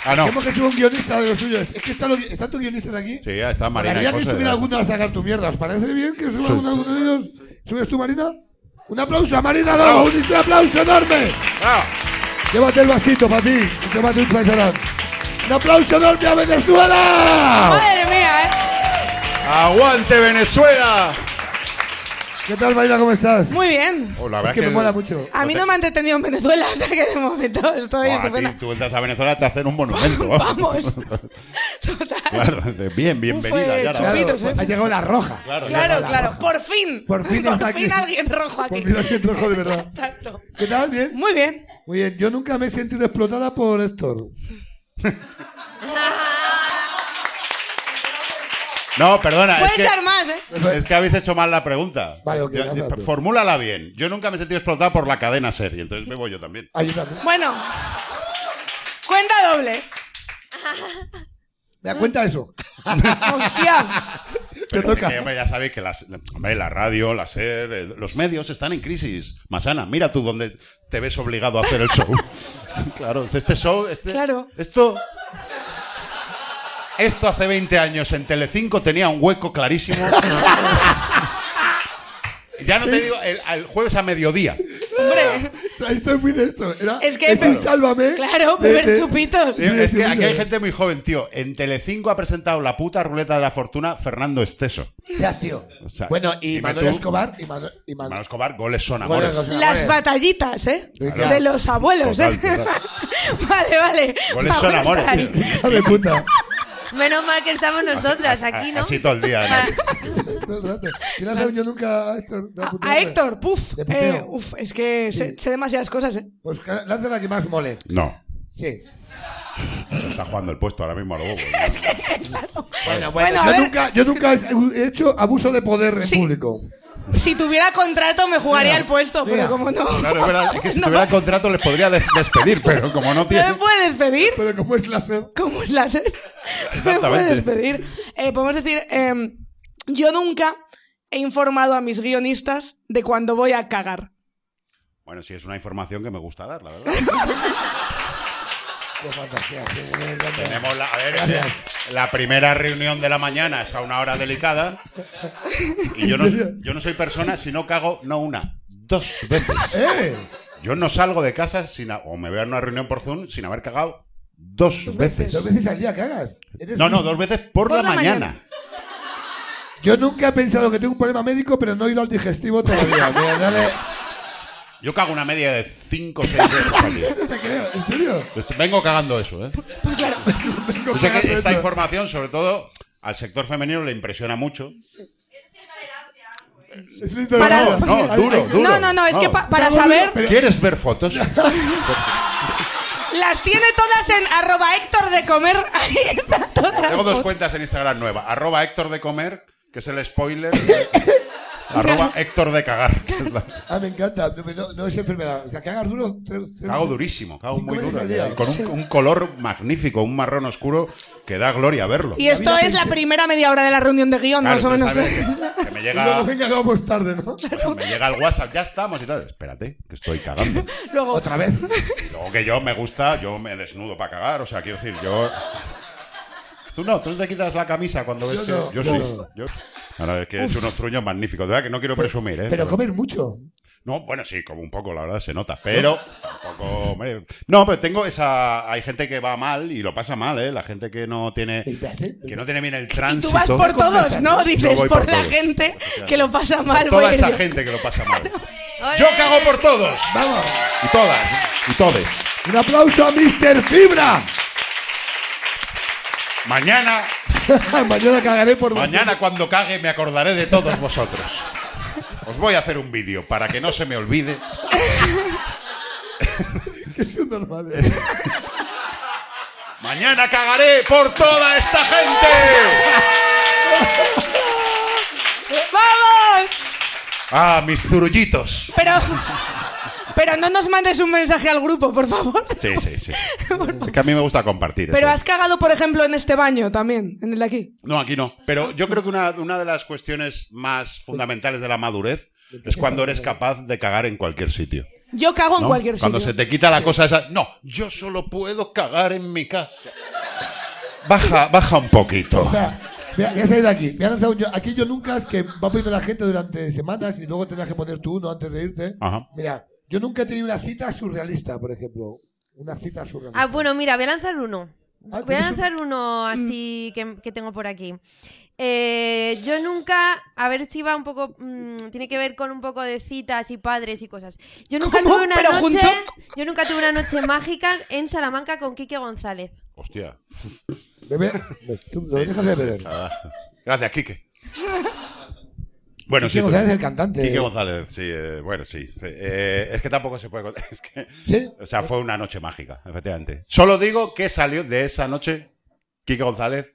B: Ah, no.
A: Tenemos que ser un guionista de los suyos. Es que están, los, están tus guionistas aquí.
B: Sí, ya está Marina.
A: Molaría
B: y
A: que
B: José,
A: subiera
B: ¿verdad?
A: alguno a sacar tu mierda. ¿Os parece bien que suba alguno, alguno de ellos? ¿Subes tú, Marina? Un aplauso a Marina Lobo, un aplauso enorme.
B: Bravo.
A: Llévate el vasito para ti y tómate un paisarán. Un aplauso enorme a Venezuela.
E: Madre mía, ¿eh?
B: ¡Aguante Venezuela!
A: ¿Qué tal, Marina? ¿Cómo estás?
H: Muy bien.
B: Oh, la
A: es
B: verdad
A: que me mola mucho.
H: A mí no me han detenido en Venezuela, o sea que de momento estoy
B: Buah,
H: estupenda.
B: tío, tú entras a Venezuela te hacen un monumento.
H: Vamos. Total.
B: Claro, dices, bien, bienvenida.
H: Fue
B: Ya la-
A: Claro,
H: chupitos, ¿eh?
A: Ha llegado la roja.
B: Claro,
H: Claro,
A: la
H: claro.
A: roja.
H: Por fin.
A: Por fin está aquí.
H: alguien rojo aquí.
A: Por fin alguien rojo de verdad.
H: Exacto.
A: ¿Qué tal? ¿Bien?
H: Muy bien.
A: Muy bien. Yo nunca me he sentido explotada por Héctor.
E: Ah,
B: No, perdona.
H: Puedes
B: es que...
H: ser más, ¿eh?
B: Es que habéis hecho mal la pregunta.
A: Vale, ok,
B: Yo-
A: hazla tú.
B: formúlala bien. Yo nunca me he sentido explotado por la cadena serie, entonces me voy yo también.
A: Ayúdame.
H: Bueno. Cuenta doble.
A: ¿Me da cuenta de eso?
H: Hostia.
A: Te
B: Pero es
A: toca.
B: que, hombre, ya sabéis que las, hombre, la radio, la SER, eh, los medios están en crisis. Masana, mira tú dónde te ves obligado a hacer el show. claro, este show, este,
H: Claro.
B: esto... Esto hace 20 años en Telecinco tenía un hueco clarísimo. ya no te digo, el, el jueves a mediodía.
H: Hombre.
A: O sea, esto es muy de esto. Era,
H: Es que-
A: es un sálvame.
H: Claro,
A: de-
H: beber
A: de-
H: chupitos.
A: Sí,
B: es
A: sí, sí,
B: que aquí hay
A: sí.
B: gente muy joven, tío. En Telecinco ha presentado la puta ruleta de la fortuna Fernando Esteso.
A: Ya, tío.
B: O sea,
A: bueno, y
B: dime
A: Manuel
B: tú.
A: Escobar y Manuel. Y Manuel-
B: Manuel Escobar, goles son
A: Bueno,
B: amores.
A: o sea,
H: Las
A: vale.
H: batallitas, ¿eh?
A: Venga.
H: De los abuelos, ¿eh?
B: Total,
H: vale, vale.
B: Goles son
H: Vamos a
B: amores.
H: estar.
B: tío.
A: Hija de puta.
E: Menos mal que estamos nosotras aquí, ¿no?
B: Así todo el día.
A: Ah.
B: ¿no?
A: Todo el rato. ¿Quién ha dado yo nunca a Héctor? No,
H: A,
A: puta
H: a
A: madre.
H: Héctor, puf.
A: De puteo.
H: Eh, uf, es que sé,
A: Sí.
H: sé demasiadas cosas, ¿eh?
A: Pues ca- lanza la que más mole.
B: No,
A: Sí.
B: está jugando el puesto ahora mismo a lo bobo.
G: Bueno,
H: Bueno, a
A: Yo
H: ver,
A: nunca, yo nunca he hecho abuso de poder en
H: Sí.
A: público.
H: si tuviera contrato me jugaría el puesto,
A: mira.
H: pero como no.
B: Claro, es verdad. Es que si
H: No,
B: tuviera contrato les podría des- despedir, pero como no
H: ¿No me
B: tiene.
H: puede despedir?
A: Pero como es láser.
H: ¿Cómo es la ser? ¿Me
B: Exactamente.
H: puede despedir? Eh, podemos decir, eh, yo nunca he informado a mis guionistas de cuando voy a cagar.
B: Bueno, sí, es una información que me gusta dar, la verdad.
A: Qué fantasía. sí, me encanta.
B: Tenemos la, a ver,
A: Gracias.
B: la primera reunión de la mañana es a una hora delicada. Y yo no, yo no soy persona si no cago, no una, dos veces.
A: ¡Eh!
B: Yo no salgo de casa sin a- o me veo en una reunión por Zoom sin haber cagado dos veces.
A: Dos veces al día cagas. Eres
B: No, no,
A: un-
B: dos veces por, la, mañana.
A: Yo nunca he pensado que tengo un problema médico, pero no he ido al digestivo todavía. Mira, dale.
B: Yo cago una media de cinco o seis veces al día.
A: No te creo, ¿en serio?
B: Esto- Vengo cagando eso, ¿eh? Yo sé que esta información, sobre todo al sector femenino, le impresiona mucho.
A: Es una intolerancia.
B: No, no,
A: Ay,
B: duro,
A: ay,
B: duro.
H: No, no, no, es
B: no.
H: que pa- para
A: No, no,
H: saber,
A: pero-
B: ¿Quieres ver fotos?
H: las tiene todas en arroba Héctor de comer. Ahí está todas.
B: Tengo dos cuentas en Instagram nueva. Arroba Héctor de comer, que es el spoiler. arroba Héctor de cagar. que es la-
A: Ah, me encanta. No, no- no es enfermedad. O sea, cagas duro. tres- tres-
B: Cago durísimo, cago
A: Cinco
B: muy
A: veces
B: duro.
A: al día.
B: Con un, un color magnífico, un marrón oscuro que da gloria verlo.
H: Y esto
A: La vida
H: es la
A: triste.
H: primera media hora de la reunión de guión,
B: Claro,
H: más o menos.
B: entonces, a ver, que me
A: Y luego,
B: llega,
A: venga, vamos tarde, ¿no?
B: me llega el WhatsApp, ya estamos y tal. Espérate, que estoy cagando.
H: Luego,
A: Otra vez.
B: Y luego que yo me gusta, yo me desnudo para cagar, o sea, quiero decir, yo... Tú no, tú te quitas la camisa cuando
A: Yo
B: ves que...
A: no,
B: yo
A: yo
B: sí.
A: no.
B: Yo... Ahora es que he hecho unos truños magníficos, de verdad que no quiero presumir, ¿eh?
A: Pero comer mucho.
B: No, bueno, sí, como un poco, la verdad, se nota, pero tampoco... hombre, No, pero tengo esa... Hay gente que va mal y lo pasa mal, ¿eh? La gente que no tiene...
A: Me parece-
B: Que no tiene bien el
H: y
B: tránsito.
H: tú vas por todos, ¿no? Dices,
B: Yo voy
H: por,
B: por
H: la
B: todos.
H: gente que lo pasa mal.
B: Por toda
H: voy a ir
B: esa
H: yo.
B: gente que lo pasa mal.
E: Ole.
B: Yo cago por todos.
A: Vamos.
B: Y todas. Y todes.
A: Un aplauso a Mr. Fibra.
B: Mañana,
A: Mañana cagaré por
B: mañana cuando cague me acordaré de todos vosotros. Os voy a hacer un vídeo para que no se me olvide.
A: Es un normal.
B: Mañana cagaré por toda esta gente.
H: ¡Vamos!
B: Ah, mis zurullitos.
H: Pero, Pero no nos mandes un mensaje al grupo, por favor.
B: Sí, sí, sí. es que a mí me gusta compartir.
H: Pero
B: eso.
H: has cagado, por ejemplo, en este baño también, en el de aquí.
B: No, aquí no. Pero yo creo que una, una de las cuestiones más fundamentales de la madurez es cuando eres capaz de cagar en cualquier sitio.
H: Yo cago en
B: ¿no?
H: cualquier sitio.
B: Cuando se te quita la cosa esa. No, yo solo puedo cagar en mi casa. Baja, baja un poquito.
A: Mira, mira, voy a salir de aquí. Voy a lanzar un yo- Aquí yo nunca es que va poniendo la gente durante semanas y luego tendrás que poner tú uno antes de irte.
B: Ajá.
A: Mira, yo nunca he tenido una cita surrealista, por ejemplo. Una cita surrealista.
E: Ah, bueno, mira, voy a lanzar uno. Voy
A: Ah,
E: a
A: tienes un-
E: lanzar
H: Mm.
E: uno así que, que tengo por aquí. Eh, yo nunca, a ver si va un poco, mm, tiene que ver con un poco de citas y padres y cosas. Yo nunca
H: ¿Cómo?
E: tuve una
H: ¿Pero
E: noche,
H: junto?
E: yo nunca tuve una noche mágica en Salamanca con Quique González.
B: Hostia.
A: Bebé, be- tú lo
B: Sí,
A: dejas
B: sí,
A: de
B: sí,
A: beber.
B: la verdad. Gracias, Quique. Bueno,
A: Quique
B: sí. tú-
A: González, el cantante.
B: Quique González, sí. eh, bueno, sí. Eh, es que tampoco se puede. contar, Es que,
A: ¿Sí?
B: o sea, fue una noche mágica, efectivamente. Solo digo que salió de esa noche. Quique González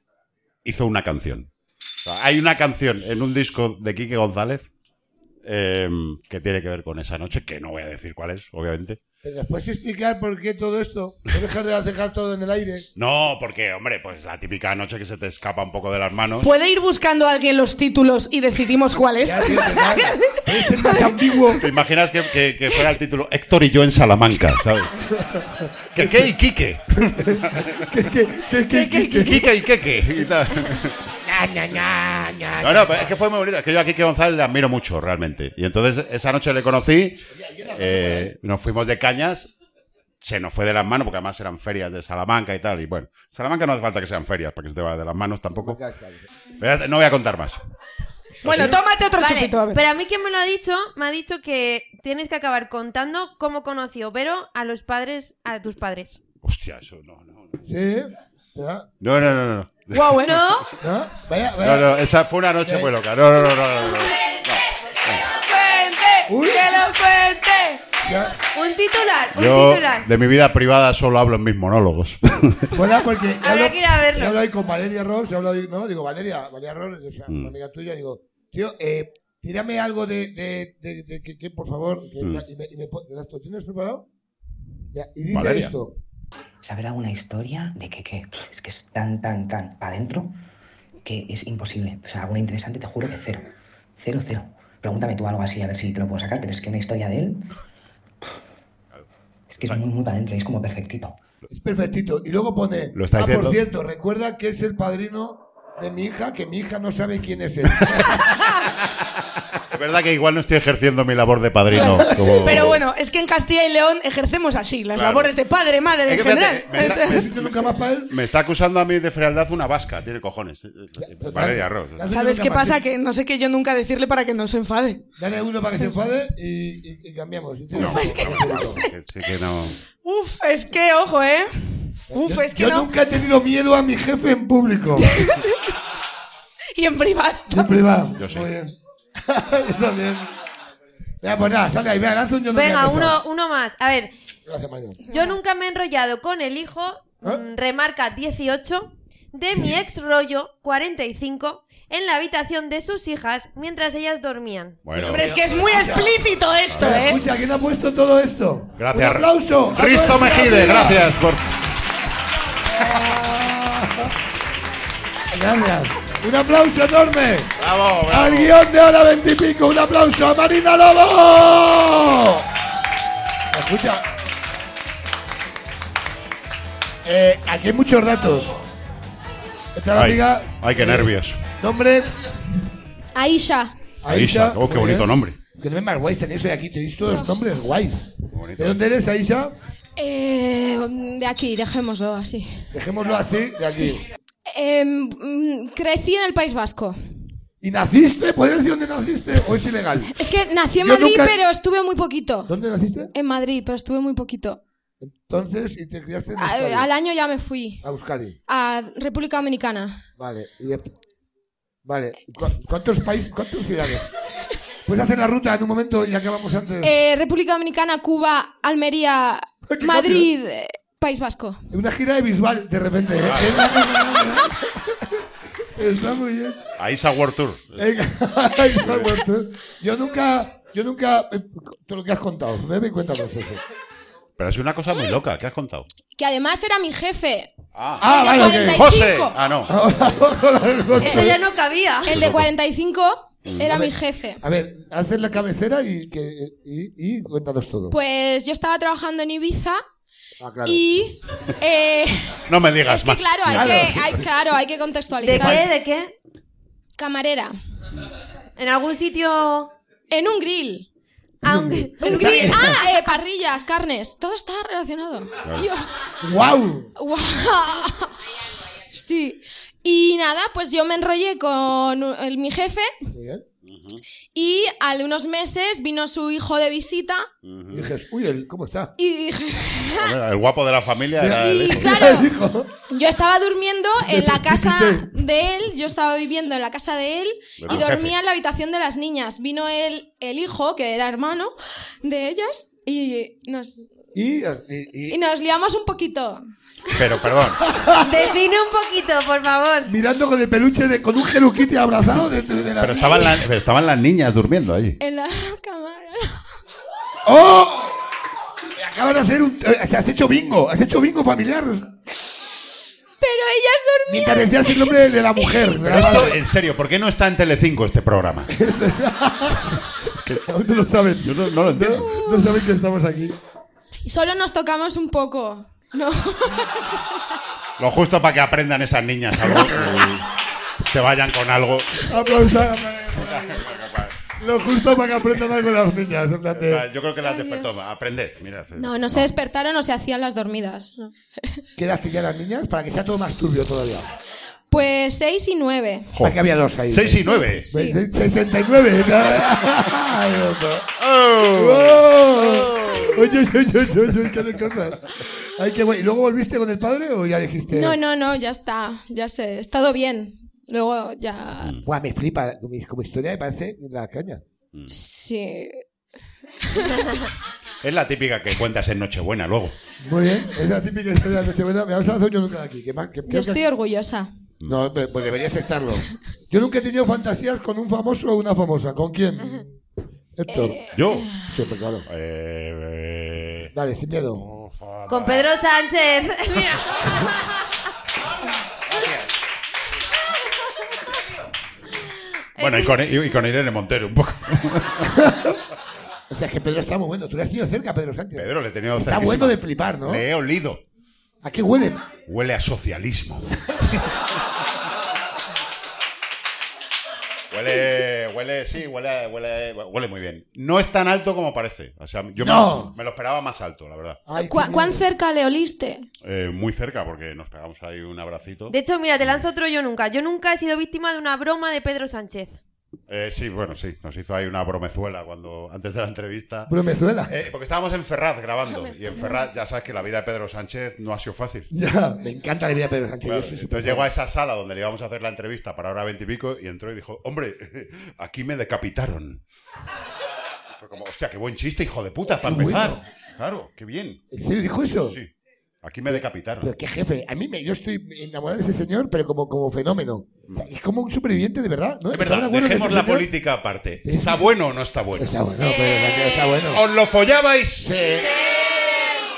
B: hizo una canción. O sea, hay una canción en un disco de Quique González eh, que tiene que ver con esa noche, que no voy a decir cuál es, obviamente.
A: Pero ¿nos puedes explicar por qué todo esto? No dejar de dejar todo en el aire.
B: No, porque, hombre, pues la típica noche que se te escapa un poco de las manos.
H: ¿Puede ir buscando a alguien los títulos y decidimos cuál es?
A: Ya, tío, te cagas. Eres el más ambiguo.
B: ¿Te imaginas que, que- que fuera el título Héctor y yo en Salamanca, ¿sabes? ¿Qué, qué y Quique?
A: ¿Qué, qué, qué, qué, qué, qué?
B: Quique y Queque. eh, y tal.
H: Ah,
B: No, no, pero es que fue muy bonito. Es que yo a Quique González le admiro mucho, realmente. Y entonces esa noche le conocí, eh, nos fuimos de cañas, se nos fue de las manos, porque además eran ferias de Salamanca y tal. Y bueno, Salamanca no hace falta que sean ferias, para que se te vaya de las manos tampoco. Pero No voy a contar más.
H: Bueno, tómate otro
E: Vale,
H: chupito, a ver.
E: pero a mí quien me lo ha dicho, me ha dicho que tienes que acabar contando cómo conoció Pero a los padres, a tus padres.
B: Hostia, eso no, no. no.
A: Sí. ¿Ya?
B: No, no, no, no.
H: Guau, ¿eh?
A: ¿Ya? Vaya,
B: No,
A: vaya.
B: no, esa fue una noche muy loca. No, no, no, no, no, no.
H: ¡Cuente!
A: Uy.
H: ¡Que lo cuente!
A: Ya.
E: Un titular, un
B: Yo
E: titular.
B: de mi vida privada solo hablo en mis monólogos. Ah,
A: Bueno, porque
E: Habrá que ir a verlo.
A: He hablado ahí con Valeria Ross, he hablado ahí- no, digo, Valeria, Valeria Ross, que es
B: Mm.
A: una amiga tuya, digo, tío, eh, tírame algo de, de, de- de- que, que, por favor, que-
B: Mm.
A: y me, y me pon- ¿lo tienes preparado? Ya, y dice
B: Valeria.
A: esto,
I: saber alguna historia de que, que es que es tan, tan, tan para adentro que es imposible. O sea, alguna interesante, te juro que cero. Cero, cero. Pregúntame tú algo así a ver si te lo puedo sacar, pero es que una historia de él. Es que es muy, muy para adentro, es como perfectito.
A: es perfectito, y luego pone,
B: Lo está
A: ah,
B: diciendo.
A: por cierto, recuerda que es el padrino de mi hija, que mi hija no sabe quién es él.
B: Es verdad que igual no estoy ejerciendo mi labor de padrino. como-
H: Pero bueno, es que en Castilla y León ejercemos así las
B: Claro.
H: labores de padre, madre,
B: Es
H: en
B: que fíjate,
H: general.
B: me está-
A: ¿No
B: me-
A: hiciste nunca más para él?
B: Me está acusando a mí de frialdad una vasca, tiene cojones. Valeria Ross.
A: Ya, total.
H: ¿Sabes qué pasa?
A: Sí.
H: Que no sé qué yo nunca decirle para que no se enfade.
A: Dale uno para que se enfade y, y- y cambiamos. Pues
H: es pues que
B: Sí que no.
H: Uf, es que, ojo, ¿eh? Uf, es que
A: Yo
H: no.
A: nunca he tenido miedo a mi jefe en público.
H: Y en privado.
A: Yo en privado.
B: Yo sí.
A: Muy bien. yo también. Venga, pues nada, sale ahí. Venga, lanza un yo no
E: Venga,
A: me he
E: uno,
A: casado.
E: uno más. A ver,
A: Gracias, Mario.
E: Yo nunca me he enrollado con el hijo,
A: ¿Eh?
E: mm, remarca 18, de mi ex rollo 45 en la habitación de sus hijas mientras ellas dormían.
B: Bueno,
H: Hombre, es que es muy explícito esto,
A: Pero
H: ¿eh?
A: Escucha, ¿quién ha puesto todo esto?
B: gracias.
A: Un aplauso. a
B: Risto
A: toda esta
B: Mejide,
A: vida.
B: gracias por.
A: Gracias. Un aplauso enorme.
B: Bravo, bravo.
A: Al guión de hora veintipico. Un aplauso a Marina Lobo. Escucha. Eh, aquí hay muchos datos. Esta es la
B: Ay,
A: amiga.
B: ay, qué
A: eh,
B: nervios.
A: Nombre.
G: Aisha.
B: Aisha, oh, qué
A: muy bien.
B: bonito nombre.
A: Que no me más guays tenéis hoy aquí, tenéis todos los nombres guays.
B: bonito.
A: ¿De dónde eres, Aisha?
G: Eh, de aquí, dejémoslo así.
A: Dejémoslo así, de aquí.
G: Eh, mm, crecí en el País Vasco.
A: ¿Y naciste? ¿Puedes decir dónde naciste? ¿O es ilegal?
G: Es que nací en
A: Yo
G: Madrid,
A: nunca-
G: pero estuve muy poquito.
A: ¿Dónde naciste?
G: En Madrid, pero estuve muy poquito.
A: Entonces, y te criaste en
G: A-
A: Euskadi.
G: al año ya me fui
A: A Euskadi.
G: a República Dominicana.
A: Vale. y de- Vale. ¿Cu- ¿Cuántos países, cuántas ciudades? Puedes hacer la ruta en un momento y acabamos antes.
G: Eh, República Dominicana, Cuba, Almería,
A: Qué rápido.
G: Madrid, eh, País Vasco.
A: Una gira de visual, de repente. ¿eh? Está muy bien.
B: Aisha World Tour.
A: Venga, ahí está muerto. ¿eh? Yo nunca Yo nunca. eh, Todo lo que has contado. Bebe y cuéntanos eso.
B: Pero es una cosa muy loca, ¿qué has contado?
G: Que además era mi jefe.
A: Ah, vale, ok.
G: 45.
B: José. Ah, no.
E: Pues Eso ya no cabía.
G: Eh, El de 45
B: Mm.
G: era
A: Hombre.
G: mi jefe.
A: A ver, haces la cabecera y, que, y, y cuéntanos todo.
G: Pues yo estaba trabajando en Ibiza
A: Ah, claro.
G: y. eh,
B: No me digas
G: es que
B: más.
G: claro, hay
A: Claro.
G: que, hay, claro, hay que
E: ¿De
G: contextualizar.
E: qué? ¿De qué?
G: Camarera.
E: ¿En algún sitio? Ah,
G: En un grill.
E: Aunque...
G: Un grill. Ah, eh, parrillas, carnes. Todo está relacionado. Dios.
A: ¡Guau!
G: Guau. Sí. Y nada, pues yo me enrollé con u- el- mi jefe
A: Muy bien.
G: y al de unos meses vino su hijo de visita
A: Y dices, uy, el- ¿cómo está?
G: y dije,
B: Joder, El guapo de la familia era el
G: Y
B: hijo.
G: claro.
A: Dijo,
G: yo estaba durmiendo en la casa de él, yo estaba viviendo en la casa de él
B: De
G: y
B: tu jefe.
G: dormía en la habitación de las niñas. Vino el, el hijo, que era hermano de ellas, y nos,
A: y, y-
G: y
A: y-
G: nos liamos un poquito.
B: Pero, perdón.
E: Define un poquito, por favor.
A: mirando con el peluche, de, con un jeruquite abrazado de, de- de la...
B: Pero estaban, la- pero estaban las niñas durmiendo allí.
G: En la cámara.
A: ¡Oh! Me Acabas de hacer un... eh, has hecho bingo, has hecho bingo familiar.
G: Pero ellas dormían.
A: Mientras decías el nombre de la mujer. de la
B: Esto,
A: madre.
B: en serio, ¿por qué no está en Telecinco este programa?
A: Aún no lo saben.
B: Yo no, no lo entiendo.
A: No, no saben que estamos aquí.
G: Y solo nos tocamos un poco. No.
B: Lo justo para que aprendan esas niñas algo. y se vayan con algo.
A: Aplausar. Lo justo para que aprendan algo las niñas. en plan de-
B: Yo creo que las despertó. Aprended. Mirad.
G: No, no se despertaron o se hacían las dormidas.
A: ¿Qué edad tenían las niñas? Para que sea todo más turbio todavía.
G: Pues seis y nueve.
B: Jo.
A: Para que había dos ahí.
B: 6 y 9.
G: Sí.
A: 69. Ay, doctor. Oh. Oye, oye, oye, oye, oye, qué de cosas. Ay, qué guay. ¿Y luego volviste con el padre o ya dijiste?
G: No, no, no, ya está. Ya sé. He estado bien. Luego ya.
A: Buah, me flipa. Como como historia me parece la caña.
G: Sí.
B: Es la típica que cuentas en Nochebuena luego.
A: Muy bien. Es la típica historia de Nochebuena. Me vas a hacer yo nunca de aquí. Que, ma- que-
G: Yo
A: creo que-
G: estoy orgullosa.
A: No, pe- pues deberías estarlo. Yo nunca he tenido fantasías con un famoso o una famosa. ¿Con quién? Héctor.
G: Eh,
B: Yo.
A: Siempre, claro.
B: Eh, eh,
A: Dale, sin miedo.
E: Con Pedro Sánchez. Mira.
B: bueno, y con, y con Irene Montero un poco.
A: O sea, es que Pedro está muy bueno. Tú le has tenido cerca, Pedro Sánchez.
B: Pedro, le he tenido
A: está
B: cerquísima.
A: bueno de flipar, ¿no?
B: Le he olido.
A: ¿A qué huele?
B: Huele a socialismo. huele, huele, sí, huele, huele, huele muy bien. No es tan alto como parece. O sea, yo me-
A: No.
B: me, lo esperaba más alto, la verdad.
A: Ay, qué
G: ¿Cuá- ¿Cuán
A: miedo.
G: cerca le oliste?
B: Eh, muy cerca, porque nos pegamos ahí un abracito.
E: De hecho, mira, te lanzo otro yo nunca. Yo nunca he sido víctima de una broma de Pedro Sánchez.
B: Eh, sí, bueno, sí, nos hizo ahí una bromezuela cuando antes de la entrevista.
A: Bromezuela.
B: Eh, porque estábamos en Ferraz grabando. Y en Ferraz, ya sabes que la vida de Pedro Sánchez no ha sido fácil.
A: Ya, me encanta la vida de Pedro Sánchez.
B: Claro,
A: yo soy
B: entonces llegó a esa sala donde le íbamos a hacer la entrevista para hora veintipico y, pico y entró y dijo, hombre, aquí me decapitaron. Y fue como, hostia, qué buen chiste, hijo de puta, para
A: Qué bueno.
B: empezar. Claro, qué bien.
A: ¿En serio dijo eso?
B: Sí, aquí me decapitaron.
A: Pero qué jefe. A mí me, yo estoy enamorado de ese señor, pero como, como fenómeno. O sea, es como un superviviente de verdad, ¿no?
B: Mm. Es
A: ¿Está
B: verdad,
A: bueno de
B: dejemos
A: ese
B: la
A: señor?
B: política aparte. ¿Está bueno o no está bueno?
A: Está bueno, Pedro Sánchez, está bueno.
B: ¿Os lo follabais?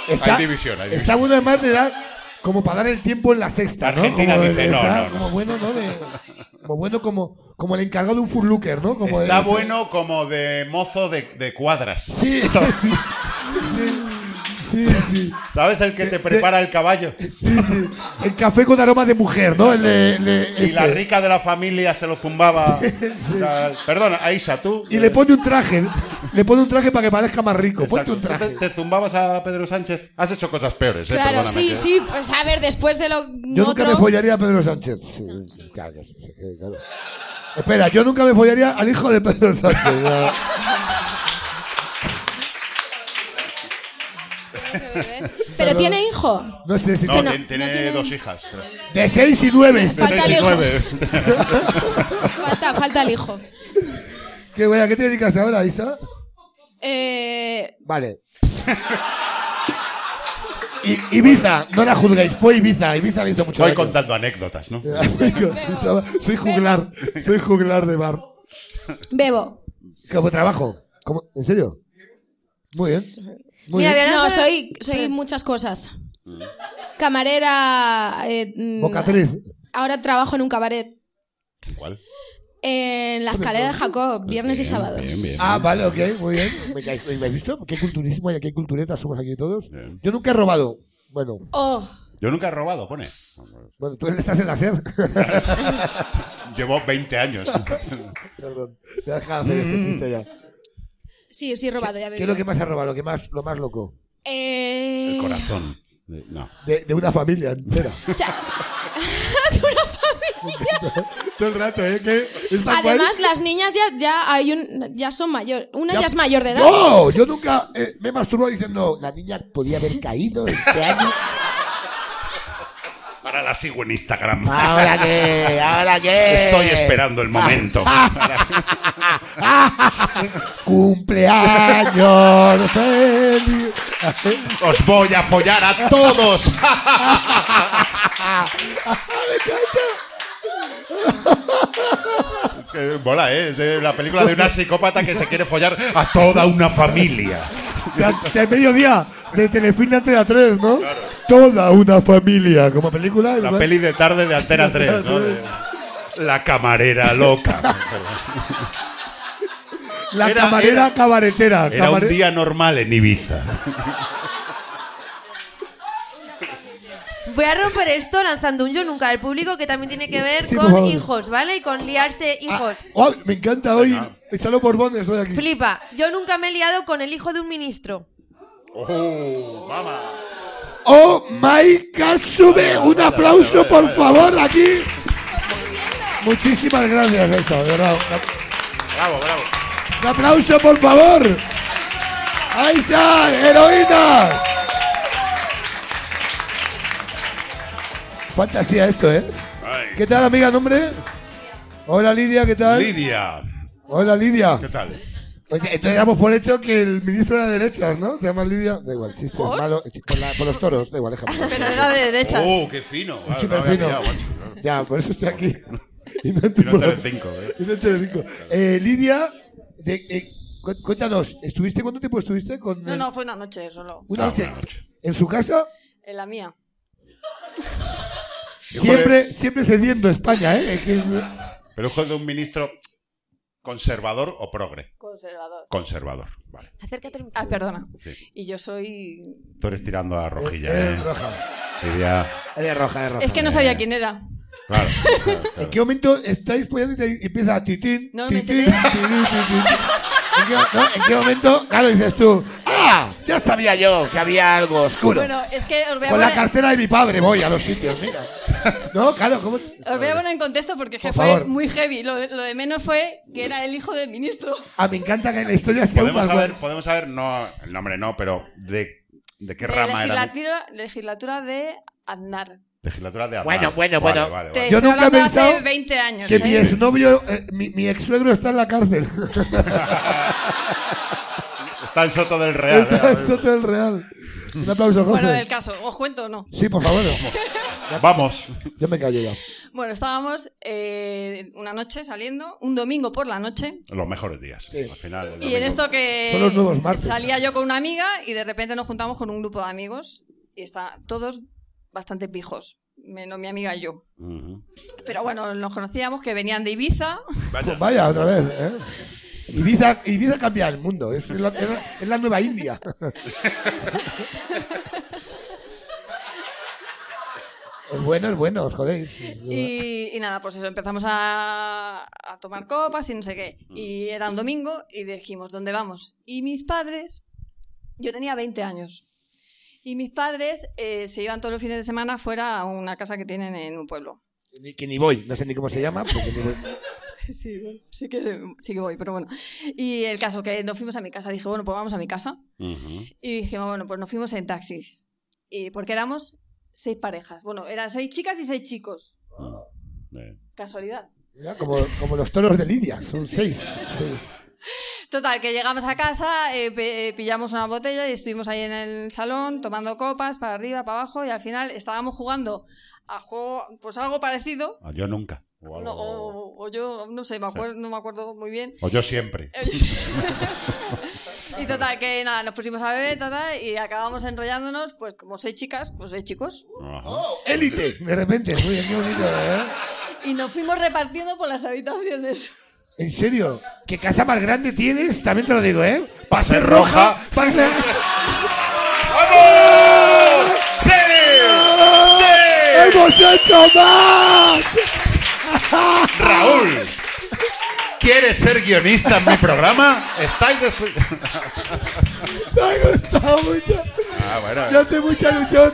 A: Está,
B: Hay división, hay
A: está
B: división.
A: bueno además de dar como para dar el tiempo en la sexta, ¿no?
B: Argentina
A: como, de-
B: dice, no,
A: está
B: no, no.
A: como bueno, ¿no? De- como bueno como, como el encargado de un full looker, ¿no? Como
B: Está
A: de-
B: bueno como de mozo de, de cuadras.
A: Sí, sí, sí, sí,
B: ¿Sabes el que te prepara el caballo?
A: sí, sí. El café con aroma de mujer, ¿no? El, de- el de-
B: Y la
A: ese.
B: rica de la familia se lo zumbaba. Tal. Perdona, Aisa, tú. eh,
A: Y le pone un traje, le pone un traje para que parezca más rico. Ponte
B: Exacto.
A: un
B: ¿Tú
A: traje.
B: Te, te zumbabas a Pedro Sánchez. Has hecho cosas peores, ¿eh?
G: Claro,
B: Perdóname,
G: sí,
B: que-
G: sí. Pues a ver, después de lo.
A: Yo nunca me
G: otro-
A: follaría a Pedro Sánchez. Sí, claro, sí, sí, claro. Espera, yo nunca me follaría al hijo de Pedro Sánchez. ¿no?
G: Pero tiene hijo.
A: No sé si
B: No,
A: tiene-
B: tien- tiene,
G: no tiene-
B: dos hijas. creo.
A: De 6 y 9.
B: De
G: Falta
B: seis y
G: el hijo.
B: nueve.
G: Falta, falta el hijo.
A: ¿Qué, wea, ¿Qué te dedicas ahora, Isa?
G: Eh,
A: Vale. I- Ibiza, no la juzguéis, fue Ibiza, Ibiza le hizo mucho
B: Voy
A: daño.
B: contando anécdotas, ¿no?
A: Soy juglar, soy juglar de bar.
G: bebo.
A: Como trabajo. ¿Cómo? ¿En serio? Muy bien. Muy
E: Mira,
A: bien.
E: Había
G: No,
E: lanzado-
G: soy, soy muchas cosas.
B: Mm.
G: Camarera. eh, mm,
A: Bocatriz.
G: ahora trabajo en un cabaret.
B: ¿Cuál?
G: En la escalera de Jacob, viernes y
B: Bien,
G: sábados.
B: bien, bien.
A: Ah, vale, ok, muy bien. ¿Me, caes- me habéis visto? ¿Qué culturismo y qué culturetas somos aquí todos?
B: Bien.
A: Yo nunca he robado. Bueno,
G: Oh,
B: Yo nunca he robado, pone.
A: bueno tú estás en la SER.
B: Llevo 20 años.
A: Perdón, me ha dejado hacer este chiste
G: Mm.
A: ya.
G: sí, sí, he robado, ya
A: ¿Qué es lo que más has robado? Lo, que más, lo más loco.
G: Eh,
B: El corazón. No.
A: De, de una familia entera.
G: O sea,
A: Todo el rato, ¿eh? Que es tan guay.
G: además, las niñas ya, ya, hay un, ya son mayor. Una ya,
A: Ya-
G: es mayor de edad.
A: No, yo nunca eh, me he masturbado diciendo, la niña podía haber caído este año.
B: Para la sigo en Instagram.
A: Ahora que, ahora que.
B: Estoy esperando el momento.
A: Cumpleaños feliz.
B: Os voy a follar a todos. Es que Mola, ¿eh? Es de la película de una psicópata que se quiere follar a toda una familia.
A: De, de mediodía, de Telefilm de Antena 3, ¿no? Toda una familia. Como película.
B: La
A: ¿verdad?
B: peli de tarde de Antena 3, ¿no? De- La camarera loca.
A: La
B: Era-
A: camarera
B: era-
A: cabaretera.
B: Era un
A: camare-
B: día normal en Ibiza.
E: Voy a romper esto lanzando un yo nunca al público que también tiene que ver
A: Sí, por
E: con
A: favor.
E: hijos, ¿vale? Y con liarse hijos.
A: Ah, oh, me encanta hoy. Están los borbones hoy aquí.
E: Flipa, yo nunca me he liado con el hijo de un ministro.
B: ¡Oh, mamá!
A: Oh my God, sube un aplauso por favor aquí. Muchísimas gracias, eso, de verdad.
B: ¡Bravo, bravo!
A: Un aplauso por favor. Ahí está, heroína. Fantasía esto, ¿eh?
B: Ay.
A: ¿Qué tal, amiga, nombre? Hola Lidia, ¿qué tal?
B: Lidia,
A: Hola Lidia.
B: ¿qué tal?
A: Oye, entonces damos por hecho que el ministro era de derechas, ¿no? ¿Te llamas Lidia? Da igual, chiste, es malo. Por, la- por los toros, da igual, déjame.
E: Pero era de derecha.
B: ¡Oh, qué fino! Claro,
A: Súper
B: no había
A: fino.
B: pillado, macho, claro.
A: Ya, por eso estoy aquí. Y no en tu
B: Fino
A: programa.
B: Telecinco, ¿eh?
A: Y no en Telecinco. Eh, Lidia, de- eh, cu- cuéntanos, ¿estuviste cuánto tiempo estuviste con
J: No,
A: el-
J: no, fue una noche solo.
A: una
B: Ah,
A: noche
B: una noche.
A: en su casa?
J: En la mía.
B: Hijo de-
A: Siempre, siempre cediendo a España, ¿eh? Es que es-
B: Pero hijo de un ministro conservador o progre.
J: Conservador.
B: Conservador, vale.
E: Acércate al
J: Ah,
E: micrófono.
J: perdona.
B: Sí.
J: Y yo soy.
B: Tú eres tirando a rojilla,
A: es
B: ¿eh?
A: roja.
B: Lidia,
A: Es roja, es roja.
J: Es que no sabía quién era.
B: claro. claro, claro.
A: ¿En qué momento estáis follando y te- empieza a titín,
J: No, me
A: titín, titín,
J: enteré.
A: titín, titín? ¿En qué, no? ¿En qué momento? Claro, dices tú, ¡ah! Ya sabía yo que había algo oscuro.
J: Bueno, es que os voy a
A: Con la
J: poner,
A: cartera de mi padre voy a los sitios, mira. No, claro, ¿cómo?
J: os voy a poner en contexto porque es que
A: Por
J: fue
A: favor.
J: muy heavy. Lo, lo de menos fue que era el hijo del ministro.
A: Ah, me encanta que la historia sea un
B: Podemos
A: más
B: saber,
A: guay.
B: podemos saber, no, el nombre no, pero de, de qué
J: de
B: rama era.
J: legislatura, legislatura de Aznar.
B: Legislatura de
A: Bueno,
B: Aznar.
A: bueno,
B: Vale,
A: bueno.
B: vale, vale.
J: Te
A: Yo
J: estoy
A: nunca he
J: hablando hace
A: pensado
J: 20 años.
A: Que
J: ¿eh?
A: mi exnovio, eh, mi, mi exsuegro está en la cárcel.
B: Está en Soto del Real.
A: está en
B: ¿eh?
A: Soto del Real. Un aplauso, José.
J: Bueno, del caso, os cuento o no.
A: Sí, por favor.
B: Vamos.
A: Yo me callo ya.
J: Bueno, estábamos eh, una noche saliendo, un domingo por la noche,
B: Los mejores días. Al final. el
J: Y en
B: domingo.
J: esto que
A: Son los nuevos martes.
J: salía yo con una amiga y de repente nos juntamos con un grupo de amigos y está todos bastante pijos, menos mi amiga y yo.
B: Ujú.
J: Pero bueno, nos conocíamos que venían de Ibiza.
A: Pues vaya, otra vez. ¿eh? Ibiza, Ibiza cambia el mundo. Es la, es la- es la nueva India. es bueno, es bueno, os jodéis.
J: Y, y nada, pues eso, empezamos a, a tomar copas y no sé qué. Y era un domingo y dijimos, ¿dónde vamos? Y mis padres, yo tenía 20 años, y mis padres eh, se iban todos los fines de semana fuera a una casa que tienen en un pueblo.
A: Ni- que ni voy, no sé ni cómo se llama. porque ni voy.
J: Sí, bueno, sí que, sí que voy, pero bueno. Y el caso que nos fuimos a mi casa, dije, bueno, pues vamos a mi casa.
B: Ujú.
J: Y dijimos, bueno, pues nos fuimos en taxis. Y porque éramos seis parejas. Bueno, eran seis chicas y seis chicos.
B: Eh,
J: Casualidad.
A: Mira, como, como los toros de Lidia, son seis. seis.
J: Total, que llegamos a casa, eh, pe- eh, pillamos una botella y estuvimos ahí en el salón tomando copas para arriba, para abajo y al final estábamos jugando a juego, pues algo parecido,
B: Ah, Yo nunca. O algo-
J: No, o, o yo, no sé, me acuer- no me acuerdo muy bien.
B: O yo siempre.
J: y total, que nada, nos pusimos a beber, tal, tal, y acabamos enrollándonos, pues como seis chicas, pues seis chicos.
A: ¡Élite! De repente, muy bien, qué bonito, ¿eh?
J: Y nos fuimos repartiendo por las habitaciones.
A: En serio, ¿qué casa más grande tienes? También te lo digo, ¿eh? Para
B: ser roja.
A: pa' ser-
B: ¡Vamos! ¡Sí! ¡Sí!
A: ¡Hemos hecho más!
B: Raúl, ¿quieres ser guionista en mi programa? ¿Estáis después?
A: Me ha gustado mucho.
B: Ah,
A: Me
B: bueno.
A: hace mucha ilusión.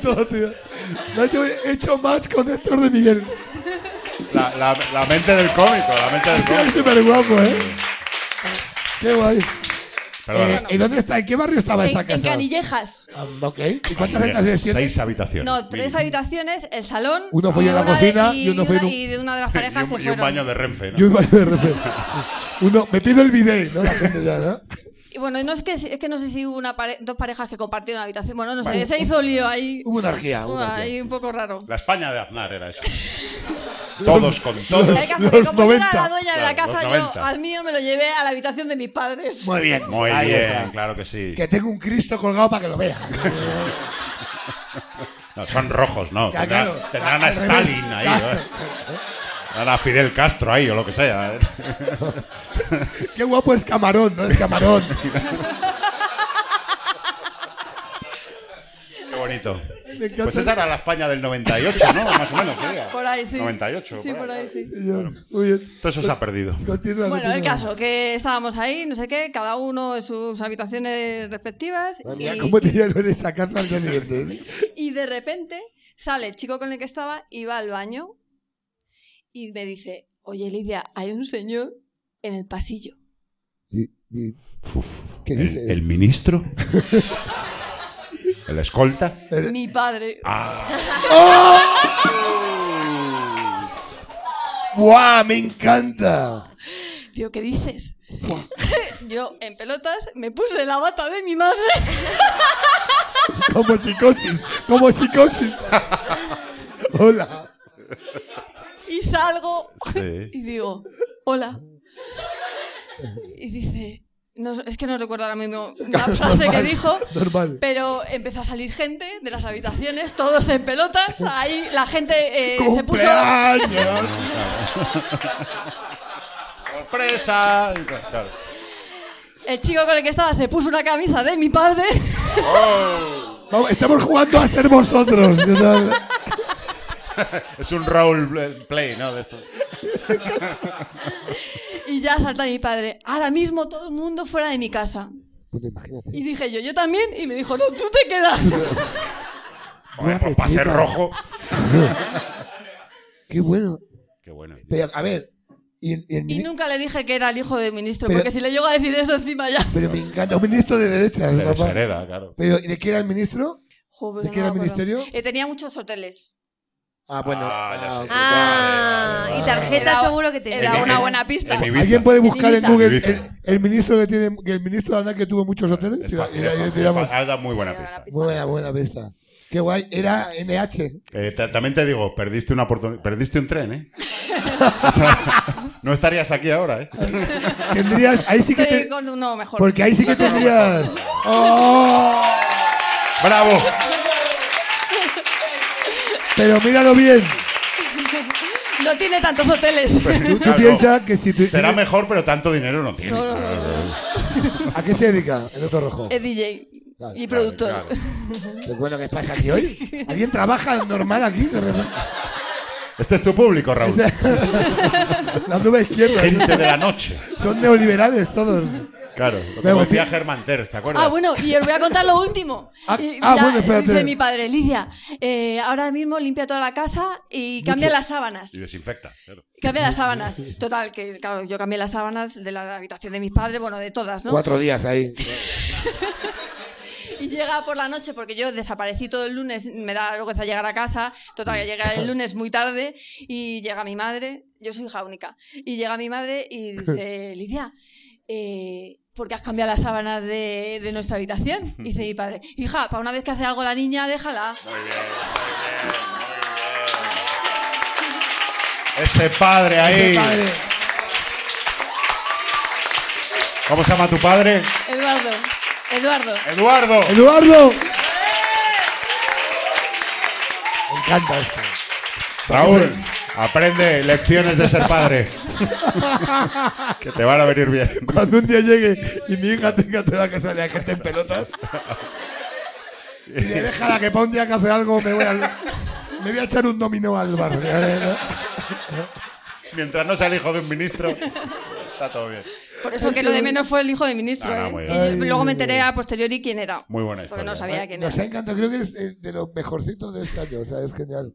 A: Todo, tío. Me ha hecho- he hecho match con Héctor de Miguel.
B: La, la- la mente del cómico, la mente del
A: Es
B: cómico.
A: súper guapo, ¿eh? Qué guay.
B: Perdón.
A: Eh, ¿Y dónde está? ¿En qué barrio estaba
J: En,
A: esa
J: en
A: casa?
J: Canillejas.
A: Ah, ok. ¿Y cuántas habitaciones tiene?
B: Seis habitaciones.
J: No, tres
B: mínimo.
J: habitaciones, el salón.
A: Uno fue
J: y
A: en la
J: una de-
A: cocina y uno fue en
J: una-
A: un-
J: y de una de las parejas
B: y, un,
J: se
B: y un
J: fueron.
B: baño de Renfe, ¿no?
A: Y un baño de repente. Uno, me pido el bidet, ¿no? La gente ya, ¿no?
J: Y bueno, y no es que es que no sé si hubo una pare- dos parejas que compartieron habitación. Bueno, no sé,
A: Vale.
J: se hizo lío ahí.
A: Hubo una orgía, hubo una
J: Uah,
A: orgía.
J: ahí un poco raro.
B: La España de Aznar era eso. Todos con todos.
J: El caso es que
A: Los
J: como yo era
A: 90.
J: la dueña de la
B: Claro, los
J: casa,
B: 90.
J: yo al mío me lo llevé a la habitación de mis padres.
A: Muy bien.
B: Muy
A: ahí
B: bien,
A: está.
B: claro que sí.
A: Que tengo un Cristo colgado para que lo vea.
B: No, son rojos, no.
A: Ya,
B: Tendrán,
A: claro.
B: tendrán a
A: Al revés.
B: Stalin ahí. ¿no? Tendrán A Fidel Castro ahí o lo que sea. ¿eh?
A: Qué guapo es Camarón, ¿no? Es Camarón.
B: Qué bonito.
A: Me encanta.
B: Pues esa era la España del 98, ¿no? Más o menos. creo.
J: Por ahí sí.
B: 98.
J: Sí, por ahí sí.
A: Señor, Muy bien.
B: Todo eso se ha perdido.
A: Continúa,
J: Bueno, eh, el
A: continúa.
J: caso, que estábamos ahí, no sé qué, cada uno en sus habitaciones respectivas.
A: Madre mía,
J: Y,
A: ¿Cómo te dieron esa casa al día siguiente?
J: y de repente sale el chico con el que estaba y va al baño y me dice, oye Lidia, hay un señor en el pasillo.
A: Y- y- ¿Qué dices?
B: ¿El, el ministro? ¿El escolta?
A: el-
J: Mi padre.
B: Ah,
A: Ah. ¡Buah! ¡Me encanta!
J: Tío, ¿qué dices? Yo en pelotas me puse la bata de mi madre.
A: Como psicosis, como psicosis. Hola.
J: Y salgo
B: Sí.
J: y digo, hola. Y dice, no, es que no recuerdo ahora mismo la frase que
A: Normal,
J: dijo,
A: Normal.
J: pero empezó a salir gente de las habitaciones, todos en pelotas. Ahí la gente eh, se puso.
A: ¡Cumpleaños!
B: ¡Sorpresa! Claro.
J: El chico con el que estaba se puso una camisa de mi padre.
A: Oh. Vamos, estamos jugando a ser vosotros. ¿no?
B: Es un role play, ¿no? De esto.
J: Y ya salta mi padre. Ahora mismo todo el mundo fuera de mi casa.
A: Bueno, imagínate.
J: Y dije yo, yo también. Y me dijo, no, tú te quedas.
B: Joder, pues para ser
A: pechita.
B: rojo.
A: Qué bueno.
B: Qué bueno.
A: Pero, a ver. Y, el- y el
J: Y
A: mini-
J: nunca le dije que era el hijo del ministro,
A: Pero-
J: porque si le llego a decir eso encima ya.
A: Pero me encanta. Un ministro de derecha, mi
B: Pero se
A: papá.
B: hereda, claro.
A: Pero, ¿y de qué era el ministro?
J: Jo, pues
A: ¿De
J: no
A: qué
J: me
A: era el
J: acuerdo.
A: ministerio?
J: Eh, tenía muchos hoteles.
A: Ah, bueno.
B: Ah, ya sé.
A: ok.
E: Ah,
A: vale,
E: y
A: vale.
E: tarjeta
J: Era-
E: seguro que tenía.
J: Era
B: En-
J: una
B: en-
J: buena pista.
B: en Ibiza.
A: ¿Alguien puede buscar en
J: Ibiza.
A: Google
B: Ibiza.
A: el, el ministro que tiene, que el ministro de Ana que tuvo muchos hoteles?
B: Es
A: Y la- y
B: fácil,
A: la-
B: es
A: y
B: fácil,
A: tiramos.
B: es fácil. Ha dado muy buena
J: Era una
B: pista.
J: pista.
A: Buena, buena pista. Qué guay. Era NH.
B: Eh, ta- también te digo, perdiste una oportunidad, perdiste un tren, ¿eh? no estarías aquí ahora, ¿eh?
A: Tendrías, ahí sí que
J: Estoy
A: te-
J: con uno mejor.
A: porque ahí sí que tendrías. ¡Oh!
B: ¡Bravo!
A: Pero míralo bien.
J: No tiene tantos hoteles.
A: Tú,
B: Claro.
A: piensas que si tú-
B: Será mejor, pero tanto dinero no tiene.
J: No, no, no,
A: ¿A qué se dedica el otro rojo?
J: Es DJ
A: Claro,
J: y
B: Claro,
J: productor.
B: claro.
A: Qué bueno que pasa aquí hoy. ¿Alguien trabaja normal aquí? De repente?
B: Este es tu público, Raúl.
A: La nube izquierda.
B: Gente de la noche.
A: Son neoliberales todos.
B: Claro, lo que
A: Veo,
B: decía
A: sí.
B: Germán Ter, ¿te acuerdas?
J: Ah, bueno, y os voy a contar lo último.
A: Ah,
J: Y
A: ah,
J: mira,
A: bueno, espérate.
J: dice mi padre, Lidia, eh, ahora mismo limpia toda la casa y cambia las sábanas.
B: Y desinfecta. claro.
J: Cambia las sábanas. Total, que claro, yo cambié las sábanas de la habitación de mis padres, bueno, de todas, ¿no?
A: Cuatro días ahí.
J: Y llega por la noche, porque yo desaparecí todo el lunes, me da vergüenza llegar a casa, total, que llega el lunes muy tarde y llega mi madre, yo soy hija única, y llega mi madre y dice, Lidia, eh, ¿por qué has cambiado las sábanas de, de nuestra habitación? Y dice mi padre, hija, para una vez que hace algo la niña, déjala.
B: Ese padre ahí.
A: Ese padre.
B: ¿Cómo se llama tu padre?
J: Eduardo. Eduardo.
B: Eduardo.
A: Eduardo. Me encanta esto.
B: Raúl, aprende lecciones de ser padre. que te van a venir bien.
A: Cuando un día llegue y mi hija tenga toda la que salir a gente en pelotas y le deja la que para un día que hace algo me voy, al, me voy a echar un dominó al bar.
B: Mientras no sea el hijo de un ministro, está todo bien.
J: Por eso que lo de menos fue el hijo de ministro.
B: Ah,
J: ¿eh?
B: muy
J: Y
B: bien.
J: yo luego me enteré a posteriori quién era.
B: Muy buena
J: Porque no
B: historia. ¿eh?
J: sabía quién
A: Nos ha
J: era.
A: encantado, creo que es eh, de los mejorcitos de este año, o sea, es genial.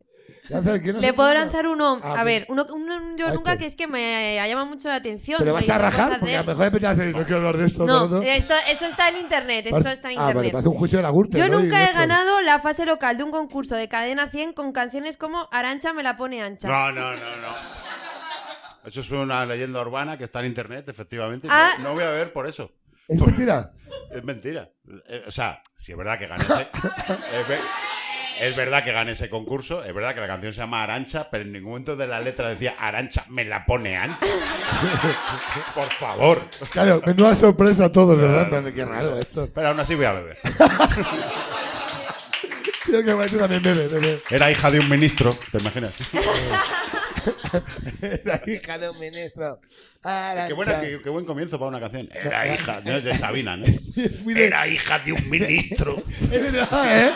A: Lanza, ¿quieres
E: Le puedo
A: hacer una?
E: lanzar uno,
A: Ah,
E: a ver, uno, un- yo
A: Ay,
E: nunca
A: pues.
E: que es que me ha llamado mucho la atención.
A: ¿Pero
E: porque
A: vas a
E: yo
A: rajar?
E: cosas
A: Porque
E: de-
A: a lo mejor de repente haces, no quiero hablar de esto.
E: No,
A: no, no.
E: Esto, esto está en internet, esto
A: Parece-
E: está en
A: Ah, vale,
E: internet.
A: parece un juicio de la Gürtel,
E: Yo
A: ¿no? Y
E: nunca he
A: esto.
E: ganado la fase local de un concurso de cadena 100 con canciones como Arancha me la pone ancha.
B: No, no, no, no. Eso es una leyenda urbana que está en internet, efectivamente.
E: Ah.
B: No, no voy a ver por eso.
A: Es mentira.
B: Es mentira. Eh, O sea, si es verdad que gané ese. es, ver- es verdad que gané ese concurso. Es verdad que la canción se llama Arancha, pero en ningún momento de la letra decía Arancha me la pone ancha. Por favor.
A: Claro, menuda sorpresa a todos, ¿verdad?
B: Claro.
A: Qué raro esto.
B: Pero aún así voy a beber.
A: Tío, qué guay, tú también bebe, bebe.
B: Era hija de un ministro, ¿te imaginas?
A: La hija de un ministro.
B: Qué, buena- qué- qué buen comienzo para una canción. Era hija no, es de Sabina, ¿no?
A: muy de-
B: Era hija de un ministro.
A: Es verdad, ¿eh?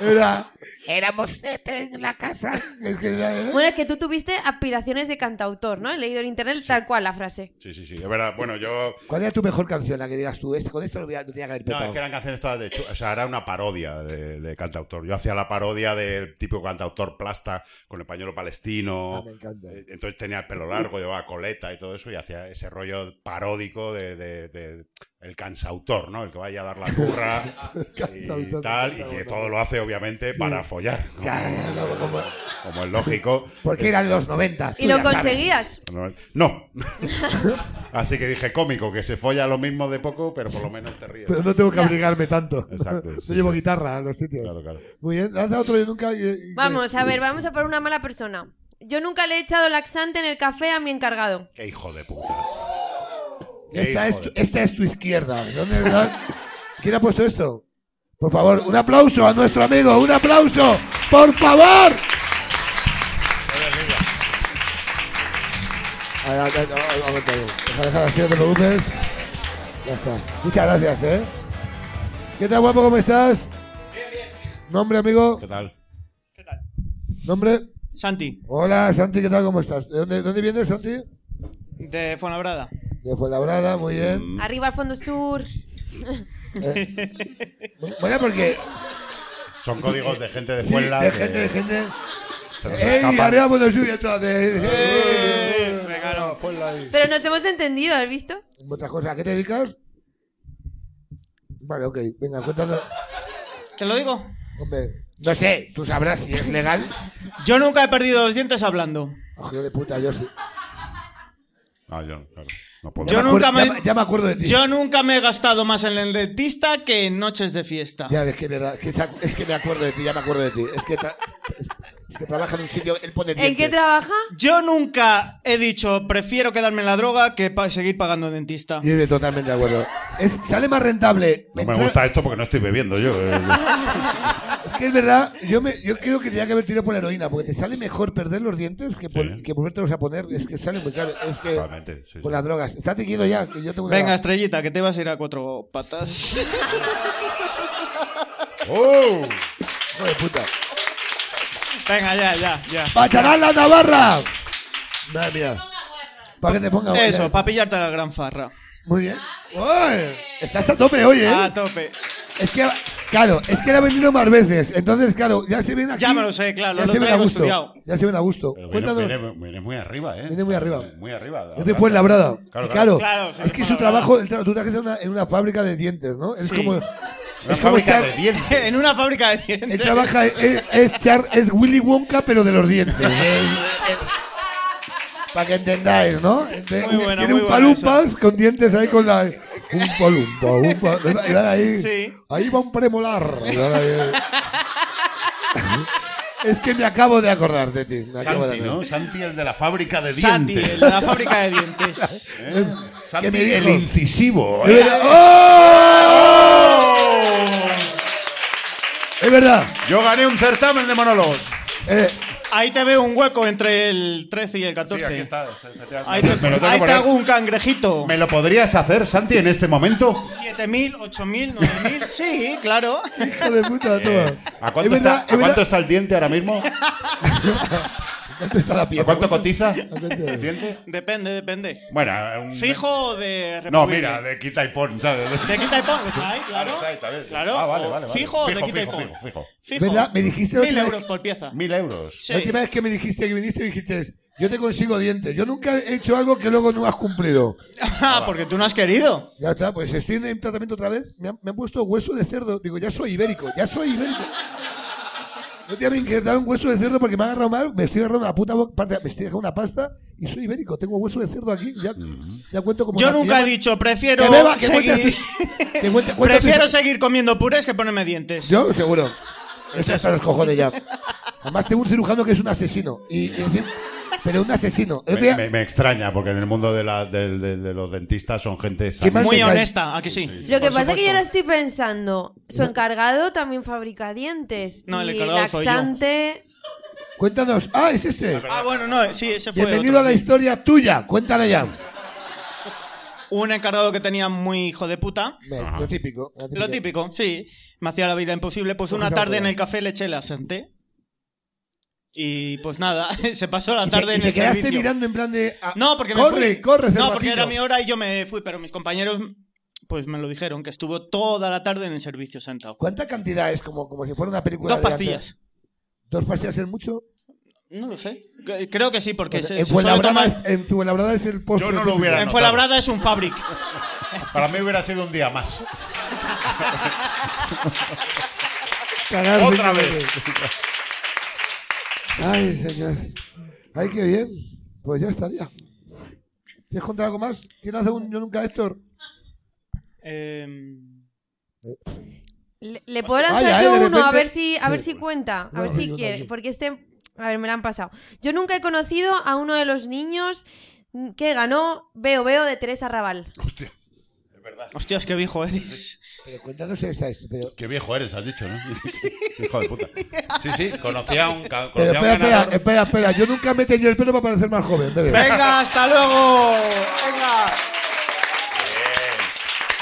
A: Es verdad. Éramos sete en la casa. Es que ya, ¿eh?
E: Bueno, es que tú tuviste aspiraciones de cantautor, ¿no? He leído en internet tal cual la frase.
B: Sí, sí, sí. Es verdad. Bueno, yo
A: ¿Cuál era tu mejor canción? La que digas tú, "Este- con esto lo voy a- lo tenía que haber
B: No,
A: petado.
B: es que eran canciones todas de chu- O sea, era una parodia de, de cantautor. Yo hacía la parodia del típico cantautor plasta con el pañuelo
A: Ah,
B: palestino.
A: me encanta.
B: Eh, Entonces tenía el pelo largo, llevaba coleta y todo eso, y hacía ese rollo paródico de, de- de- el cansautor, ¿no? El que vaya a dar la curra y
A: Cansautor,
B: tal, y
A: cansautor,
B: que
A: bueno.
B: todo lo hace, obviamente, para follar, ¿no?
A: Ya, ya, no, como-
B: como es lógico.
A: Porque eran los 90. tú
E: Y lo
A: ya sabes.
E: conseguías.
B: No. Así que dije, cómico, que se folla lo mismo de poco, pero por lo menos te ríes.
A: Pero no tengo que abrigarme tanto.
B: Exacto,
A: No
B: sí,
A: llevo
B: sí.
A: guitarra a los sitios.
B: Claro, claro.
A: Muy bien, lanza otro yo nunca. eh, y- y-
E: Vamos, a ver, vamos a por una mala persona. Yo nunca le he echado laxante en el café a mi encargado.
B: Qué hijo de puta. Qué
A: Esta
B: hijo
A: es,
B: de-
A: tu, esta es tu izquierda. ¿Dónde- dónde- ¿Quién ha puesto esto? Por favor, un aplauso a nuestro amigo, un aplauso, por favor. A ver, a ver, a ver, a ver, Deja, deja, así, no te preocupes. Ya está. Muchas gracias, ¿eh? ¿Qué tal, guapo? ¿Cómo estás? Nombre, amigo.
B: ¿Qué tal?
A: Nombre.
K: Santi,
A: Hola, Santi, ¿qué tal? ¿Cómo estás? ¿De dónde, dónde vienes, Santi?
K: de Fuenlabrada.
A: De Fuenlabrada, muy bien.
B: Mm.
E: Arriba al fondo sur.
A: Eh. Bueno, porque
B: Son códigos de gente de
A: Sí,
B: Fuenla.
A: de
B: que
A: gente, de gente.
B: se nos
A: ¡Ey,
B: escapan.
A: arriba Buenos Aires! entonces!
K: Eh, me ganó.
A: Fuenla y-
E: Pero nos hemos entendido, ¿has visto?
A: Otra cosa, ¿a qué te dedicas? Vale, ok, venga, cuéntanos.
K: ¿Te lo digo?
A: Hombre, no sé, tú sabrás si es legal.
K: Yo nunca he perdido los dientes hablando.
A: Ojo Oh, de puta, yo sí.
B: Ah, yo, no, claro, no puedo.
K: Yo
A: me
K: nunca
A: acuerdo-
K: me-
A: ya me- ya me acuerdo de ti.
K: Yo nunca me he gastado más en el dentista que en noches de fiesta.
A: Ya, es que, es verdad, es, que sa- es que me acuerdo de ti, ya me acuerdo de ti. Es que, tra- es que trabaja en un sitio, él pone
E: ¿En qué
A: dientes.
E: trabaja?
K: Yo nunca he dicho prefiero quedarme en la droga que pa- seguir pagando dentista.
A: Yo estoy totalmente de acuerdo. Es, sale más rentable.
B: No me
A: entrar-
B: gusta esto porque no estoy bebiendo yo. eh,
A: Es que es verdad, yo, me, yo creo que tenía que haber tirado por heroína, porque te sale mejor perder los dientes que, por,
B: Sí.
A: que volvértelos a poner. Es que sale muy caro. Es que.
B: Totalmente, sí,
A: Con
B: sí.
A: las drogas. Estate quieto ya, que yo tengo una.
K: Venga, estrellita, que te vas a ir a cuatro patas.
B: ¡Oh!
A: Hijo de puta.
K: Venga, ya, ya, ya.
A: ¡Bacharán la Navarra! Madre mía. Para que te ponga guarra.
K: Eso, para pillarte la gran farra.
A: Muy bien. Uy, Estás a tope hoy, ¿eh?
K: A tope.
A: Es que, claro, es que él ha venido más veces. Entonces, claro, ya se ven aquí.
K: Ya me lo sé, claro,
A: Ya
K: lo
A: se ven a
K: traigo
A: gusto.
K: estudiado.
A: Ya se ven a gusto.
B: Pero viene,
A: Cuéntanos.
B: viene- viene muy arriba, ¿eh?
A: Viene muy arriba.
B: Muy arriba.
A: Es de Fuenlabrada. Y Claro, Ah,
B: Claro, claro.
K: Claro, sí,
A: es que su
K: Fuenlabrada.
A: trabajo, el tra- tú trabajas en una, en una fábrica de dientes, ¿no? Es
K: Sí.
A: como.
B: Una
A: Es como
B: fábrica
A: echar.
B: de dientes.
K: en una fábrica de
A: Él
K: dientes.
A: trabaja, es, es Char- es Willy Wonka, pero de los dientes. Para que entendáis, ¿no? Ente-
K: Muy buena,
A: Tiene
K: muy
A: un
K: buena
A: palumpas con dientes ahí con la. Un palumpa, un pa- y van ahí,
K: Sí.
A: ahí va un premolar. Y van ahí- Es que me acabo de acordar de ti. me acabo de
B: Santi,
A: acordar.
B: ¿no? Santi, el de la fábrica de
K: Santi,
B: dientes.
K: el de la fábrica de dientes.
B: ¿Eh? Santi,
A: me dijo?
B: el incisivo.
A: Es
B: ¿eh?
A: verdad. ¡Oh! Es verdad. Eh.
B: Yo gané un certamen de monólogos.
K: Ahí te veo un hueco entre el 13 y el 14.
B: Sí, aquí está,
K: Ahí te,
B: Me lo tengo
K: ahí te
B: que poner.
K: hago un cangrejito.
B: ¿Me lo podrías hacer, Santi, en este momento?
K: 7.000, 8.000, 9.000. Sí, claro.
A: Hijo de puta, toma.
B: Eh, ¿A cuánto,
A: Es verdad,
B: está,
A: es
B: ¿a cuánto
A: verdad.
B: está el diente ahora mismo?
A: ¿Cuánto está la
B: ¿A
A: pieza?
B: cuánto cotiza?
A: ¿El
B: diente?
K: Depende, depende.
B: Bueno, eh, un...
K: ¿Fijo o de
B: No,
K: removible?
B: mira, de quita y pon, ¿sabes?
K: ¿De quita y pon? Está ahí, claro.
B: Está ahí, está bien.
K: Claro.
B: Ah, vale, vale, vale.
K: ¿Fijo o de
B: Fijo,
K: quita y
B: fijo,
K: pon?
B: fijo, fijo.
K: Fijo.
A: ¿Verdad? Me dijiste la
K: Mil
A: última vez-
K: euros por pieza.
B: Mil euros.
K: Sí.
A: La última vez que me dijiste que viniste, dijiste, yo te consigo dientes. Yo nunca he hecho algo que luego no has cumplido.
K: Ah, porque tú no has querido.
A: Ya está, pues estoy en tratamiento otra vez. Me han, me han puesto hueso de cerdo. Digo, ya soy ibérico, ya soy ibérico. No te me injertaron hueso de cerdo porque me han agarrado mal. Me estoy agarrando la puta boca, parte- me estoy dejando una pasta y soy ibérico. Tengo hueso de cerdo aquí. Ya, ya cuento como.
K: Yo
A: una-
K: nunca
A: ya-
K: he dicho, prefiero
A: Que beba, que
K: seguir...
A: que cuente- cuenta tu
K: Prefiero
A: historia.
K: seguir comiendo purés que ponerme dientes.
A: Yo, seguro. Ese hasta los cojones ya. Además, tengo un cirujano que es un asesino. Y, y encima- pero un asesino. El otro
B: Me,
A: día-
B: me- me extraña, porque en el mundo de, la, del- de- de los dentistas son gente sana.
A: más
K: Muy
A: te cae?
K: honesta, ¿a que sí?
E: Lo que
K: Por
E: pasa es que yo
K: supuesto.
E: ahora estoy pensando, su encargado también fabrica dientes.
K: No, el
E: y
K: encargado soy yo.
E: laxante.
A: Cuéntanos. Ah, es este.
K: Ah, bueno, no, sí, ese fue
A: Bienvenido
K: otro.
A: a la historia tuya. Cuéntala ya.
K: Un encargado que tenía muy hijo de puta.
A: Ven, Lo típico. lo
K: Lo típico, sí. Me hacía la vida imposible. Pues una
A: Cogí
K: tarde
A: la
K: en el café le eché la senté. Y pues nada, se pasó la
A: Y te-
K: tarde
A: y
K: en
A: te
K: el
A: quedaste
K: servicio.
A: mirando en plan de. ah,
K: No, porque me
A: corre,
K: fui.
A: corre,
K: No,
A: cervatino.
K: porque era mi hora y yo me fui, pero mis compañeros pues me lo dijeron que estuvo toda la tarde en el servicio sentado.
A: ¿Cuánta cantidad es? Como, como si fuera una película.
K: Dos
A: de
K: pastillas.
A: antes. ¿Dos pastillas es mucho?
K: No lo sé. C- Creo que sí, porque se,
A: Pues en,
K: se suele
A: Fuenlabrada
K: tomar-
A: es, en Fuenlabrada es el postre.
B: Yo no lo
A: típico.
B: hubiera
K: En Fuenlabrada es un fabric.
B: Para mí hubiera sido un día más.
A: Cagarme,
B: Otra
A: cagarme.
B: vez.
A: Ay, señor. Ay, qué bien. Pues ya estaría. ¿Quieres contar algo más? ¿Quieres hacer un Yo Nunca Héctor?
K: Em,
E: Eh. Le, le puedo
A: Vaya,
E: lanzar
A: eh,
E: yo
A: de
E: uno, a
A: repente-
E: ver si, a ver
A: Sí.
E: si cuenta, a
A: No,
E: ver
A: no,
E: si
A: yo
E: quiere,
A: también.
E: porque este, a ver, me lo han pasado. Yo nunca he conocido a uno de los niños que ganó Veo Veo de Teresa Raval.
K: hostias, qué viejo eres.
A: Pero cuéntanos esta. esta, Pero,
B: Qué viejo eres, has dicho, ¿no? Hijo de puta. Sí, sí, conocía a un,
A: pero
B: ca- conocía Pues a un
A: espera, espera,
B: ganador.
A: espera, espera. Yo nunca me he teñido el pelo para parecer más joven. bebé.
K: Venga, hasta luego. Venga.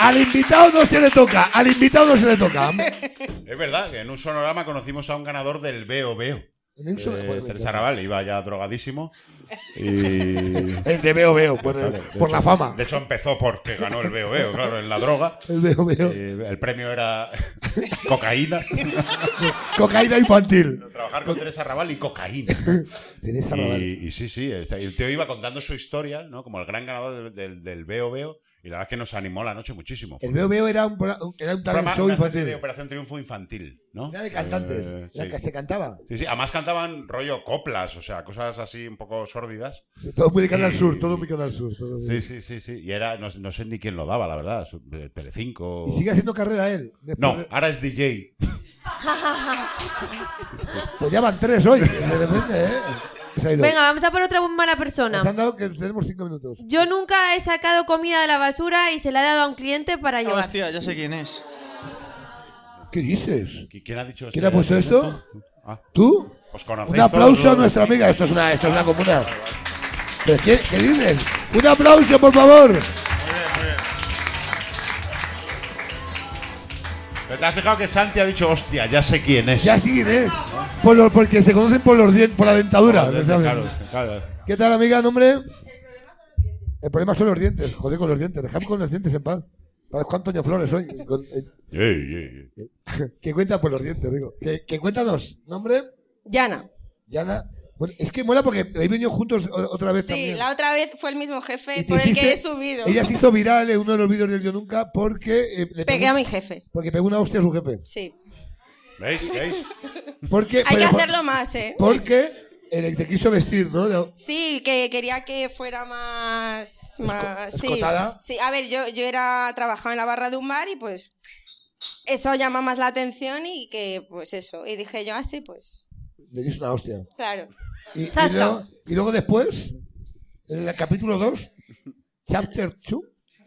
A: Al invitado no se le toca. Al invitado no se le toca.
B: Es verdad que en un sonorama conocimos a un ganador del Veo Veo. Eh, Teresa Raval iba ya drogadísimo. Y...
A: El de Veo Veo, por,
B: Vale, de
A: por
B: hecho-
A: la fama.
B: De hecho, empezó porque ganó el Veo Veo, claro, en la droga.
A: El Veo Veo.
B: Eh, el premio era cocaína.
A: Cocaína infantil.
B: Trabajar con Teresa Raval y cocaína.
A: Teresa Raval.
B: Y, y sí, sí, este- y el tío iba contando su historia, ¿no? Como el gran ganador del- del, del Veo Veo. Y la verdad es que nos animó la noche muchísimo.
A: El Veo Veo era un, pro- era un talent
B: Programa-
A: show
B: una especie de
A: infantil.
B: Operación Triunfo Infantil, ¿no?
A: Era de cantantes.
B: Eh,
A: la
B: sí.
A: que se cantaba.
B: Sí, sí, además cantaban rollo coplas, o sea, cosas así un poco sórdidas.
A: Todo muy de Canal
B: Y-
A: Sur, todo muy Canal Sur. todo muy-
B: Sí, sí, sí, sí. Y era, no, no sé ni quién lo daba, la verdad. su- eh, Telecinco.
A: Y sigue haciendo carrera él. Después-
B: No, ahora es DJ.
A: Pues ya van tres hoy. De repente, ¿eh? Se ha ido.
E: Venga, vamos a por otra mala
A: Nos han
E: persona.
A: dado que tenemos cinco minutos.
E: Yo nunca he sacado comida de la basura y se la he dado a un cliente
L: Ah,
E: para llevar.
K: Ah, Hostia, ya sé quién es.
A: ¿Qué dices?
B: ¿Qui- ¿Quién ha dicho esto?
A: ¿Quién ha puesto esto?
B: Ah,
A: ¿Tú?
B: os conocéis
A: Un aplauso
B: todos,
A: a nuestra amiga. Esto es una, esto es una comuna. ¿Pero qué, qué dices? Un aplauso, por favor.
B: ¿Pero ¿Te has fijado que Santi ha dicho, hostia, ya sé quién es?
A: Ya sí, es. Por los, porque se conocen por los dientes, por la dentadura.
B: Joder,
A: ¿no sabes?
B: claro, claro.
A: ¿Qué tal, amiga, nombre? El problema son los dientes. Joder con los dientes. Dejadme con los dientes en paz. Parezco Antonio Flores hoy. Con- eh,
B: Ey, ey, ey.
A: Que cuenta por los dientes, digo. Que, que cuéntanos. ¿Nombre?
M: Yana.
A: Yana. Bueno, es que mola porque habéis venido juntos o- otra vez
M: Sí,
A: Pues también.
M: la otra vez fue el mismo jefe
A: Y te
M: por el que
A: hiciste-
M: he subido.
A: Ella se hizo viral en uno de los vídeos del Yo Nunca porque... eh, le
M: Pegué
A: pegó-
M: a mi jefe.
A: Porque pegó una hostia a su jefe.
M: Sí.
B: ¿Veis? ¿Veis?
A: Porque,
M: Hay que
A: pero por-
M: hacerlo más, ¿eh?
A: Porque eh, te quiso vestir, ¿no? La-
M: Sí, que quería que fuera más. más sí.
A: escotada.
M: sí, a ver, yo, yo era trabajaba en la barra de un bar y pues. Eso llama más la atención y que, "Ah, pues eso. Y dije yo, así, pues.
A: le dices una hostia.
M: Claro.
A: Y, y
M: Zasca.
A: luego, y luego después, en el capítulo 2, chapter 2,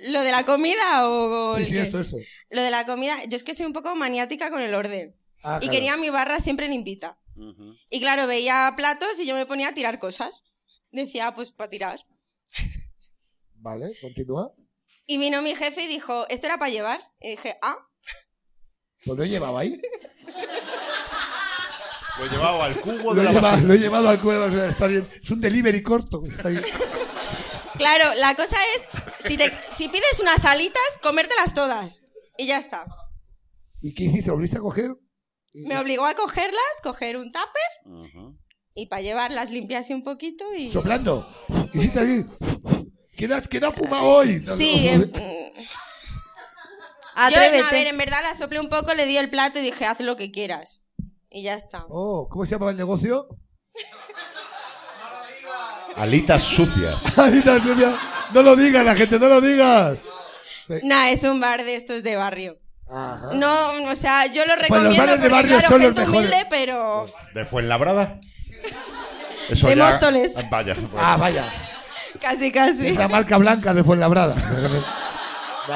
M: ¿Lo de la comida o...? o
A: sí,
M: el
A: sí,
M: qué?
A: esto, esto.
M: Lo de la comida, yo es que soy un poco maniática con el orden.
A: Ah,
M: y
A: claro.
M: quería mi barra siempre limpita. Y claro, veía platos y yo me ponía a tirar cosas. Decía, "Ah, pues para tirar.
A: Vale, continúa.
M: Y vino mi jefe y dijo, ¿esto era para llevar? Y dije, ah.
A: Pues lo he llevado ahí.
B: Lo he llevado al cubo
A: Lo
B: de
A: he,
B: la
A: llevado,
B: basura.
A: lo he llevado al cuerpo, está bien. Es un delivery corto. Está bien.
M: Claro, la cosa es, si, te, si pides unas alitas, comértelas todas. Y ya está.
A: ¿Y qué hiciste? ¿Lo volviste a coger?
M: Me obligó a cogerlas, coger un tupper y para llevarlas limpiase un poquito y...
A: Soplando. Hiciste así. ¿Quién ha, quién ha fumado hoy? No,
M: Sí,
A: no.
M: em, Yo, no, a ver, en verdad la soplé un poco, le di el plato y dije, haz lo que quieras. Y ya está.
A: Oh, ¿Cómo se llama el negocio?
B: Alitas sucias.
A: Ahorita, Nuria, No lo digas, la gente, no lo digas.
M: Nah, es un bar de estos de barrio.
A: Ajá. Pues
M: No, o sea, yo lo
A: los
M: recomiendo
A: bares de
M: porque,
A: barrio
M: claro,
A: son los
M: gente
A: mejores.
M: humilde, pero...
B: ¿De Fuenlabrada? Eso
M: De
B: ya-
M: Móstoles.
B: Vaya. pues.
A: Ah, vaya.
M: Casi, casi.
A: Es la marca blanca de Fuenlabrada. No,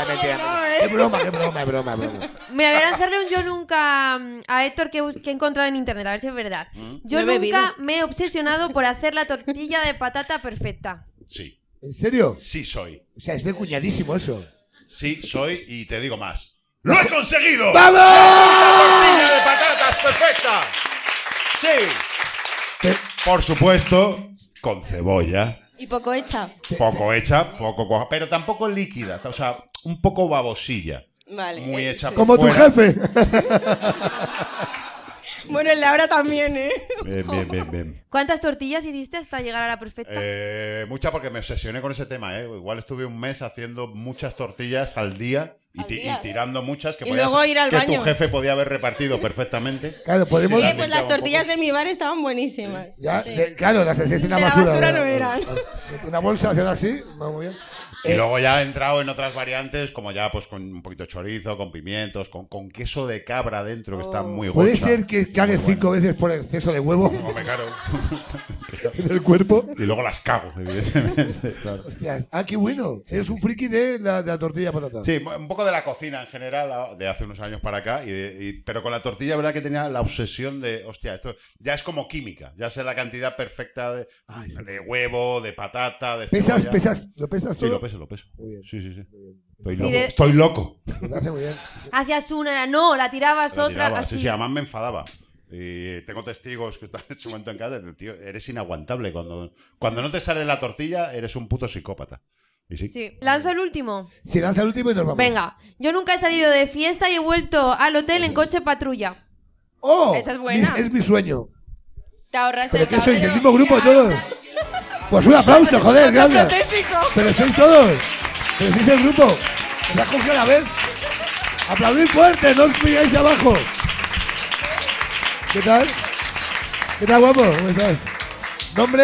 A: es mentira,
M: eh.
A: mentira. Es broma, es broma, es broma, es broma.
E: Mira, voy a lanzarle un yo nunca mm, a Héctor que, he bus- que he encontrado en internet, a ver si es verdad. Yo
M: Mm. No he bebido.
E: nunca me he obsesionado por hacer la tortilla de patata perfecta.
B: Sí.
A: ¿En serio?
B: Sí soy.
A: O sea, es de cuñadísimo eso.
B: Sí soy y te digo más. ¡Lo he conseguido!
A: ¡Vamos!
B: ¡La tortilla de patatas perfecta! ¡Sí! Por supuesto, con cebolla.
M: Y poco hecha.
B: Poco hecha, poco coja, pero tampoco líquida. O sea, un poco babosilla.
M: Vale.
B: Muy
M: eh,
B: hecha
M: sí.
B: por fuera.
M: Bueno, el de ahora también, ¿eh?
B: Bien, bien, bien, bien.
E: ¿Cuántas tortillas hiciste hasta llegar a la perfecta?
B: Eh, mucha porque me obsesioné con ese tema, ¿eh? Igual estuve un mes haciendo muchas tortillas al día y, ti- y tirando muchas que,
M: Y luego ir al
B: que
M: baño.
B: tu jefe podía haber repartido perfectamente.
A: Claro, podemos-
M: Oye, pues las tortillas de mi bar estaban buenísimas.
A: Ya,
M: Sí.
A: de- Eh, claro, las hacías en la
M: De la
A: basura.
M: basura no
A: ¿verdad?
M: eran.
A: Una bolsa hacías así, va muy bien.
B: Y luego ya he entrado en otras variantes, como ya pues con un poquito de chorizo, con pimientos, con, con queso de cabra dentro, que está muy
A: ¿Puede
B: gocha.
A: ser que cagues cinco veces por el exceso de huevo?
B: Hombre, claro.
A: ¿En el cuerpo?
B: Y luego las cago, evidentemente. claro.
A: Hostias, ah, qué bueno. Eres un friki de la, de la tortilla de patata.
B: Sí, un poco de la cocina en general, a- de hace unos años para acá, y de- y- pero con la tortilla, verdad que tenía la obsesión de, hostia, esto ya es como química, ya sé la cantidad perfecta de, de huevo, de patata, de
A: ¿Pesas,
B: cebolla.
A: pesas? ¿Lo pesas
B: Sí,
A: todo?
B: lo peso, lo peso. Sí, sí, sí. Estoy
E: bien.
B: loco.
E: Mire-
B: Estoy loco.
A: Lo hace muy bien.
E: Hacías una, era- no, la tirabas
B: La
E: otra,
B: tiraba,
E: así.
B: Sí, sí, además me enfadaba. Y tengo testigos que están en su momento en casa. y, Tío, eres inaguantable. Cuando, cuando no te sale la tortilla, eres un puto psicópata. Y sí.
E: Sí, lanzo el último.
A: Si lanza el último y nos vamos.
E: Venga, yo nunca he salido de fiesta y he vuelto al hotel en coche patrulla.
A: ¡Oh!
E: Esa es
A: mi-
E: buena.
A: es mi sueño.
M: Te ahorras
A: ¿Pero
M: el
A: qué sois?
M: papel.
A: ¿El mismo grupo todos? Pues un aplauso, joder,
M: Nosotros
A: gracias.
M: tres, hijo.
A: Pero sois todos. Pero sois el grupo. Os has cogido a la vez. Aplaudid fuerte, no os pilláis abajo. ¿Qué tal? ¿Qué tal, guapo? ¿Cómo estás? Nombre.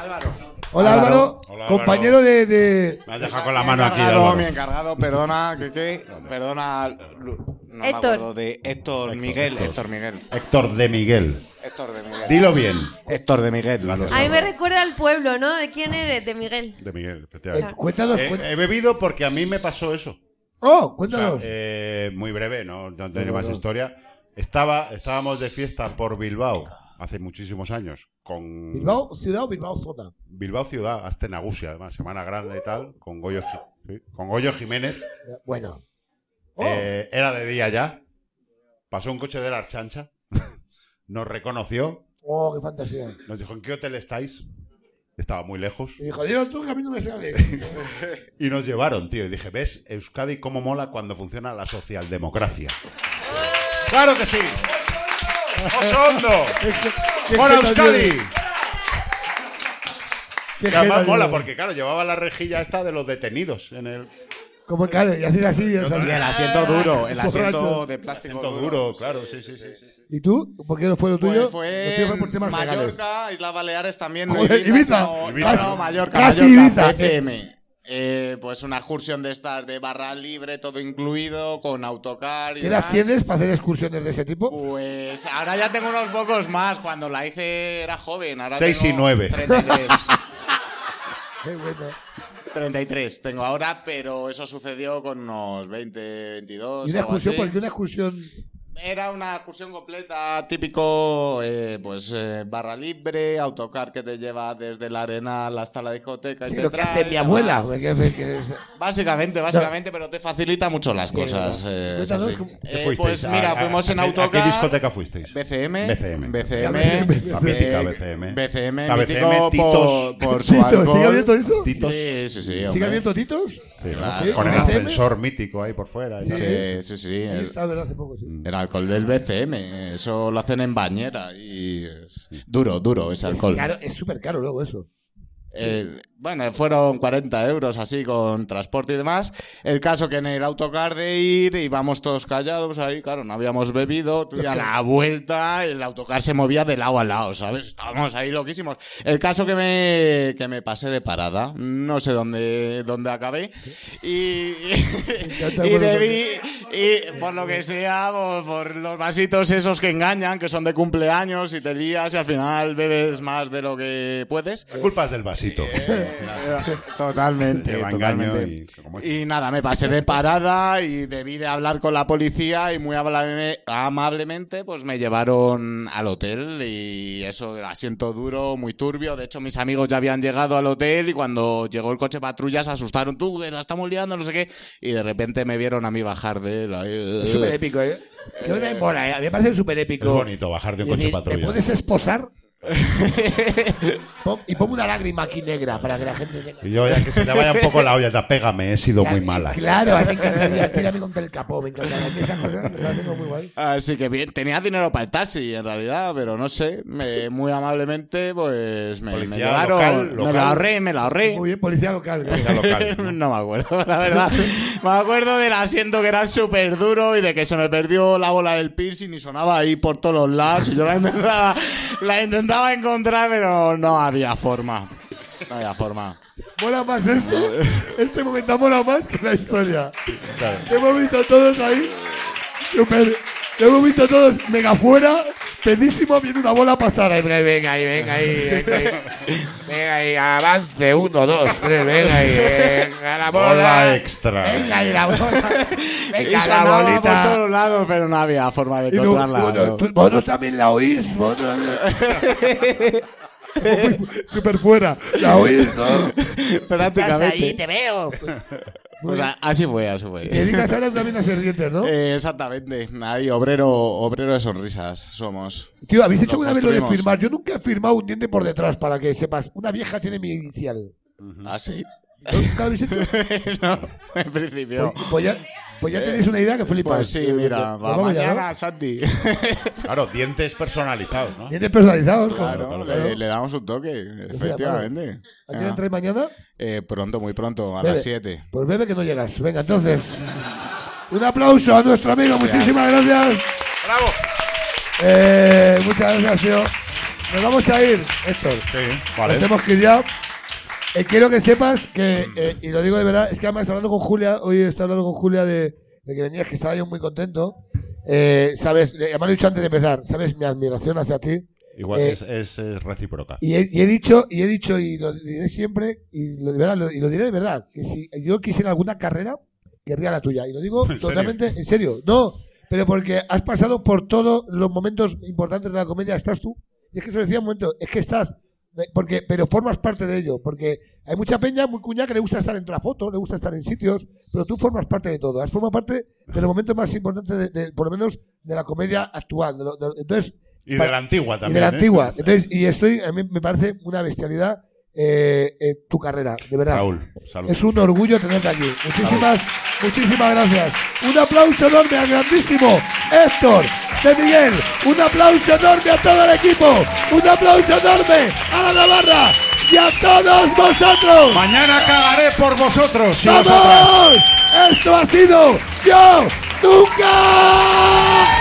A: Álvaro. Hola,
L: Álvaro.
A: Álvaro.
L: Hola, Álvaro.
A: compañero de, de-
B: Me has dejado con la mano aquí.
L: encargado,
B: Álvaro.
L: mi encargado, perdona, que qué, perdona, Lu- no me
E: Héctor.
L: acuerdo de Héctor, Miguel, Héctor. Miguel.
B: Héctor de Miguel.
L: Héctor de Miguel.
B: Dilo bien.
L: Héctor de Miguel.
E: A mí me recuerda al pueblo, ¿no? ¿De quién eres? De Miguel.
B: De Miguel, efectivamente.
E: Eh,
A: cuéntanos,
B: He-
A: cuént-
B: he bebido porque a mí me pasó eso.
A: Oh,
B: O sea,
A: cuéntanos.
B: eh, muy breve, no, no tiene
A: No, no,
B: más
A: no.
B: historia. Estaba, estábamos de fiesta por Bilbao hace muchísimos años. Con
A: Bilbao, ciudad o Bilbao zona.
B: Bilbao ciudad, hasta Nagusia, además, Semana Grande y tal, con Goyo, Ji- sí, con Goyo Jiménez.
A: Bueno. Oh.
B: Eh, era de día ya. Pasó un coche de la Archancha. Nos reconoció.
A: Oh, qué fantasía.
B: Nos dijo, ¿en qué hotel estáis? Estaba muy lejos.
A: Y dijo, dieron tú que a mí no me sale.
B: Y nos llevaron, tío. Y dije, ¿ves Euskadi cómo mola cuando funciona la socialdemocracia? ¡Claro que sí! ¡Osondo!
A: qué
B: ¡Mola
A: genio
B: Euskadi!
A: eres.
B: Y
A: Qué
B: además
A: genio
B: mola
A: eres.
B: porque, claro, llevaba la rejilla esta de los detenidos en el...
A: Como claro, y haces así. o sea,
L: Y el asiento duro, el asiento
A: borracho.
L: de plástico
B: Asiento duro, claro, sí, sí, sí. sí, sí.
A: ¿Y tú? ¿Por qué no fue lo tuyo? Lo
L: Pues fue
A: tuyo
L: en
A: por temas legales.
L: Mallorca, Islas Baleares también. no
A: Joder, Ibiza.
L: sino-
A: Ibiza.
L: no, Mallorca,
A: Casi
L: Mallorca,
A: Ibiza.
L: PCM. eh, pues una excursión de estas de barra libre, todo incluido, con autocar y
A: ¿Qué edad
L: demás.
A: tienes para hacer excursiones de ese tipo?
L: Pues ahora ya tengo unos pocos más. Cuando la hice era joven. Ahora
B: Seis y
L: tengo
B: nueve.
L: 33.
A: Qué bueno.
L: 33 tengo ahora, pero eso sucedió con unos 20, 22.
A: Y una
L: algo
A: excursión,
L: así.
A: porque una excursión.
L: Era una excursión completa, típico, eh, pues eh, barra libre, autocar que te lleva desde la arenal hasta la discoteca. y
A: Sí,
L: te
A: lo que
L: trae,
A: hace mi
L: y
A: abuela.
L: demás.
A: que- que-
L: Básicamente, básicamente, pero te facilita mucho las cosas. eh, es
A: Cuéntanos
L: así.
A: cómo-
L: Eh,
B: ¿Qué fuisteis?
L: pues
B: ¿A-
L: mira,
B: a-
L: fuimos en
B: a qué-
L: autocar.
B: ¿A qué discoteca fuisteis?
L: BCM.
B: BCM.
L: BCM.
B: La mítica BCM.
L: BCM,
B: La
L: mítico
B: BCM,
L: por,
B: Titos.
L: por su
B: Titos, ¿sigue
L: alcohol.
B: abierto eso? Titos.
L: Sí, sí, sí.
B: ¿Sigue
L: hombre.
B: abierto
A: Titos?
B: Sí, ¿no?
L: Claro.
B: Con el ascensor mítico ahí por fuera. y
L: Sí,
B: tal.
L: sí, sí. el-
A: Está, ¿verdad? Hace poco, sí.
L: el alcohol del BCM, eso lo hacen en bañera y es duro, duro ese alcohol.
A: Claro, es súper caro luego eso.
L: Eh, bueno, fueron 40 euros así con transporte y demás. El caso que en el autocar de ir íbamos todos callados ahí, claro, no habíamos bebido. Tú ya a la vuelta el autocar se movía de lado a lado, ¿sabes? Estábamos ahí loquísimos. El caso que me, que me pasé de parada, no sé dónde, dónde acabé. Y, y debí, y por lo que sea, o por los vasitos esos que engañan, que son de cumpleaños y te lías y al final bebes más de lo que puedes.
B: Culpas del vasito.
L: eh, Totalmente,
B: Lleva engaño
L: totalmente.
B: y- como este. es.
L: Y, nada, me pasé de parada y debí de hablar con la policía y muy ablame- amablemente pues me llevaron al hotel y eso, el asiento duro, muy turbio. De hecho, mis amigos ya habían llegado al hotel y cuando llegó el coche patrulla se asustaron, tú, que la estamos liando, no sé qué. Y de repente me vieron a mí bajar de él. ahí.
A: Es súper épico, ¿eh? Yo también mola, ¿eh? A mí me parece súper épico.
B: Es bonito bajar de un
A: Es
B: coche
A: decir, ¿Me
B: patrulla.
A: puedes esposar? Pon- y pongo una lágrima aquí negra para que la gente tenga.
B: Y yo ya que se te vaya un poco la olla, da, pégame, he sido muy mala.
A: Claro, a mí me encantaría. Tírame contra el capó, me encantaría. A mí Esas cosas las tengo muy guay.
L: Así que bien, tenía dinero para el taxi en realidad, pero no sé, me- muy amablemente pues me, me
B: Policía
L: llevaron,
B: local,
L: me
B: local.
L: lo ahorré, me lo ahorré.
A: Muy bien, policía local.
B: Policía local,
L: ¿no? me acuerdo, la verdad. Me acuerdo del asiento que era súper duro y de que se me perdió la bola del piercing y sonaba ahí por todos los lados y yo la intentaba, la intentaba encontrar, pero no había forma. No había forma.
A: Mola más esto. Este momento mola más que la historia.
B: Claro.
A: Hemos visto todos ahí. Super. Hemos visto todos mega fuera. Pedísimo, viene una bola pasada. Venga ahí, venga ahí, venga ahí. Venga ahí, venga ahí avance. Uno, dos, tres. Venga ahí, venga la bola.
B: Hola extra.
A: Venga ahí la bola.
L: y
A: Venga la
L: sonaba por
A: bolita.
L: todos lados, pero no había forma de
A: Y no-
L: encontrarla.
A: bueno,
L: ¿no?
A: tú- vosotros también la oís, vosotros también. Súper fuera. La oís, ¿no?
L: Prácticamente.
A: veo.
L: O sea, así fue, así fue.
A: Te dedicas ahora también a hacer dientes, ¿no?
L: Eh, exactamente. Ahí, obrero, obrero de sonrisas somos.
A: Tío, ¿habéis hecho
L: Lo
A: alguna vez lo de
L: construimos.
A: firmar? Yo nunca he firmado un diente por detrás, para que sepas. Una vieja tiene mi inicial.
L: ¿Ah, sí?
A: ¿Nunca lo habéis hecho?
L: no, en principio. Eh,
A: Pues, pues ya, pues ya tenéis una idea que flipas.
L: Pues sí, mira,
A: Pues
L: va,
A: vamos ya, ¿no?
L: mañana, Santi.
B: Claro, dientes personalizados, ¿no?
A: Dientes personalizados.
L: Claro,
A: como-
L: Le, le damos un toque, efectivamente.
A: ¿A qué hora entráis mañana?
L: Eh, pronto, muy pronto, a
A: Bebe.
L: las 7.
A: Pues bebe que no llegas. Venga, entonces. Un aplauso a nuestro amigo. Muchísimas gracias.
B: ¡Bravo!
A: Eh, muchas gracias, tío. Nos vamos a ir, Héctor.
B: vale.
A: Nos tenemos que ir ya. Eh, quiero que sepas que, eh, y lo digo de verdad, es que además hablando con Julia, hoy estaba hablando con Julia de, de que venías, que estaba yo muy contento. Eh, sabes, eh, me lo he dicho antes de empezar, sabes mi admiración hacia ti.
B: Igual
A: Eh,
B: es, es, es recíproca.
A: y he, y he dicho, y he dicho, y lo diré siempre, y lo, de verdad, lo- y lo diré de verdad, que si yo quisiera alguna carrera, querría la tuya. Y lo digo
B: ¿En serio?
A: totalmente en serio. No, pero porque has pasado por todos los momentos importantes de la comedia, estás tú. Y es que eso decía un momento, es que estás, eh, porque, pero formas parte de ello, porque hay mucha peña muy cuña que le gusta estar en la foto, le gusta estar en sitios, pero tú formas parte de todo. Has formado parte de los momentos más importantes, de, de- por lo menos, de la comedia actual. de lo- de- entonces,
B: Y
A: pa-
B: de la antigua
A: y de
B: también.
A: la
B: ¿eh?
A: antigua. Entonces, y estoy, a mí me parece una bestialidad eh, eh, tu carrera, de verdad.
B: Raúl, salud.
A: Es un orgullo tenerte aquí. Muchísimas, muchísimas gracias. Un aplauso enorme al grandísimo Héctor de Miguel. Un aplauso enorme a todo el equipo. Un aplauso enorme a la Navarra y a todos vosotros.
B: Mañana cagaré por vosotros. y
A: ¡Vamos!
B: vosotras.
A: Esto ha sido Yo Nunca.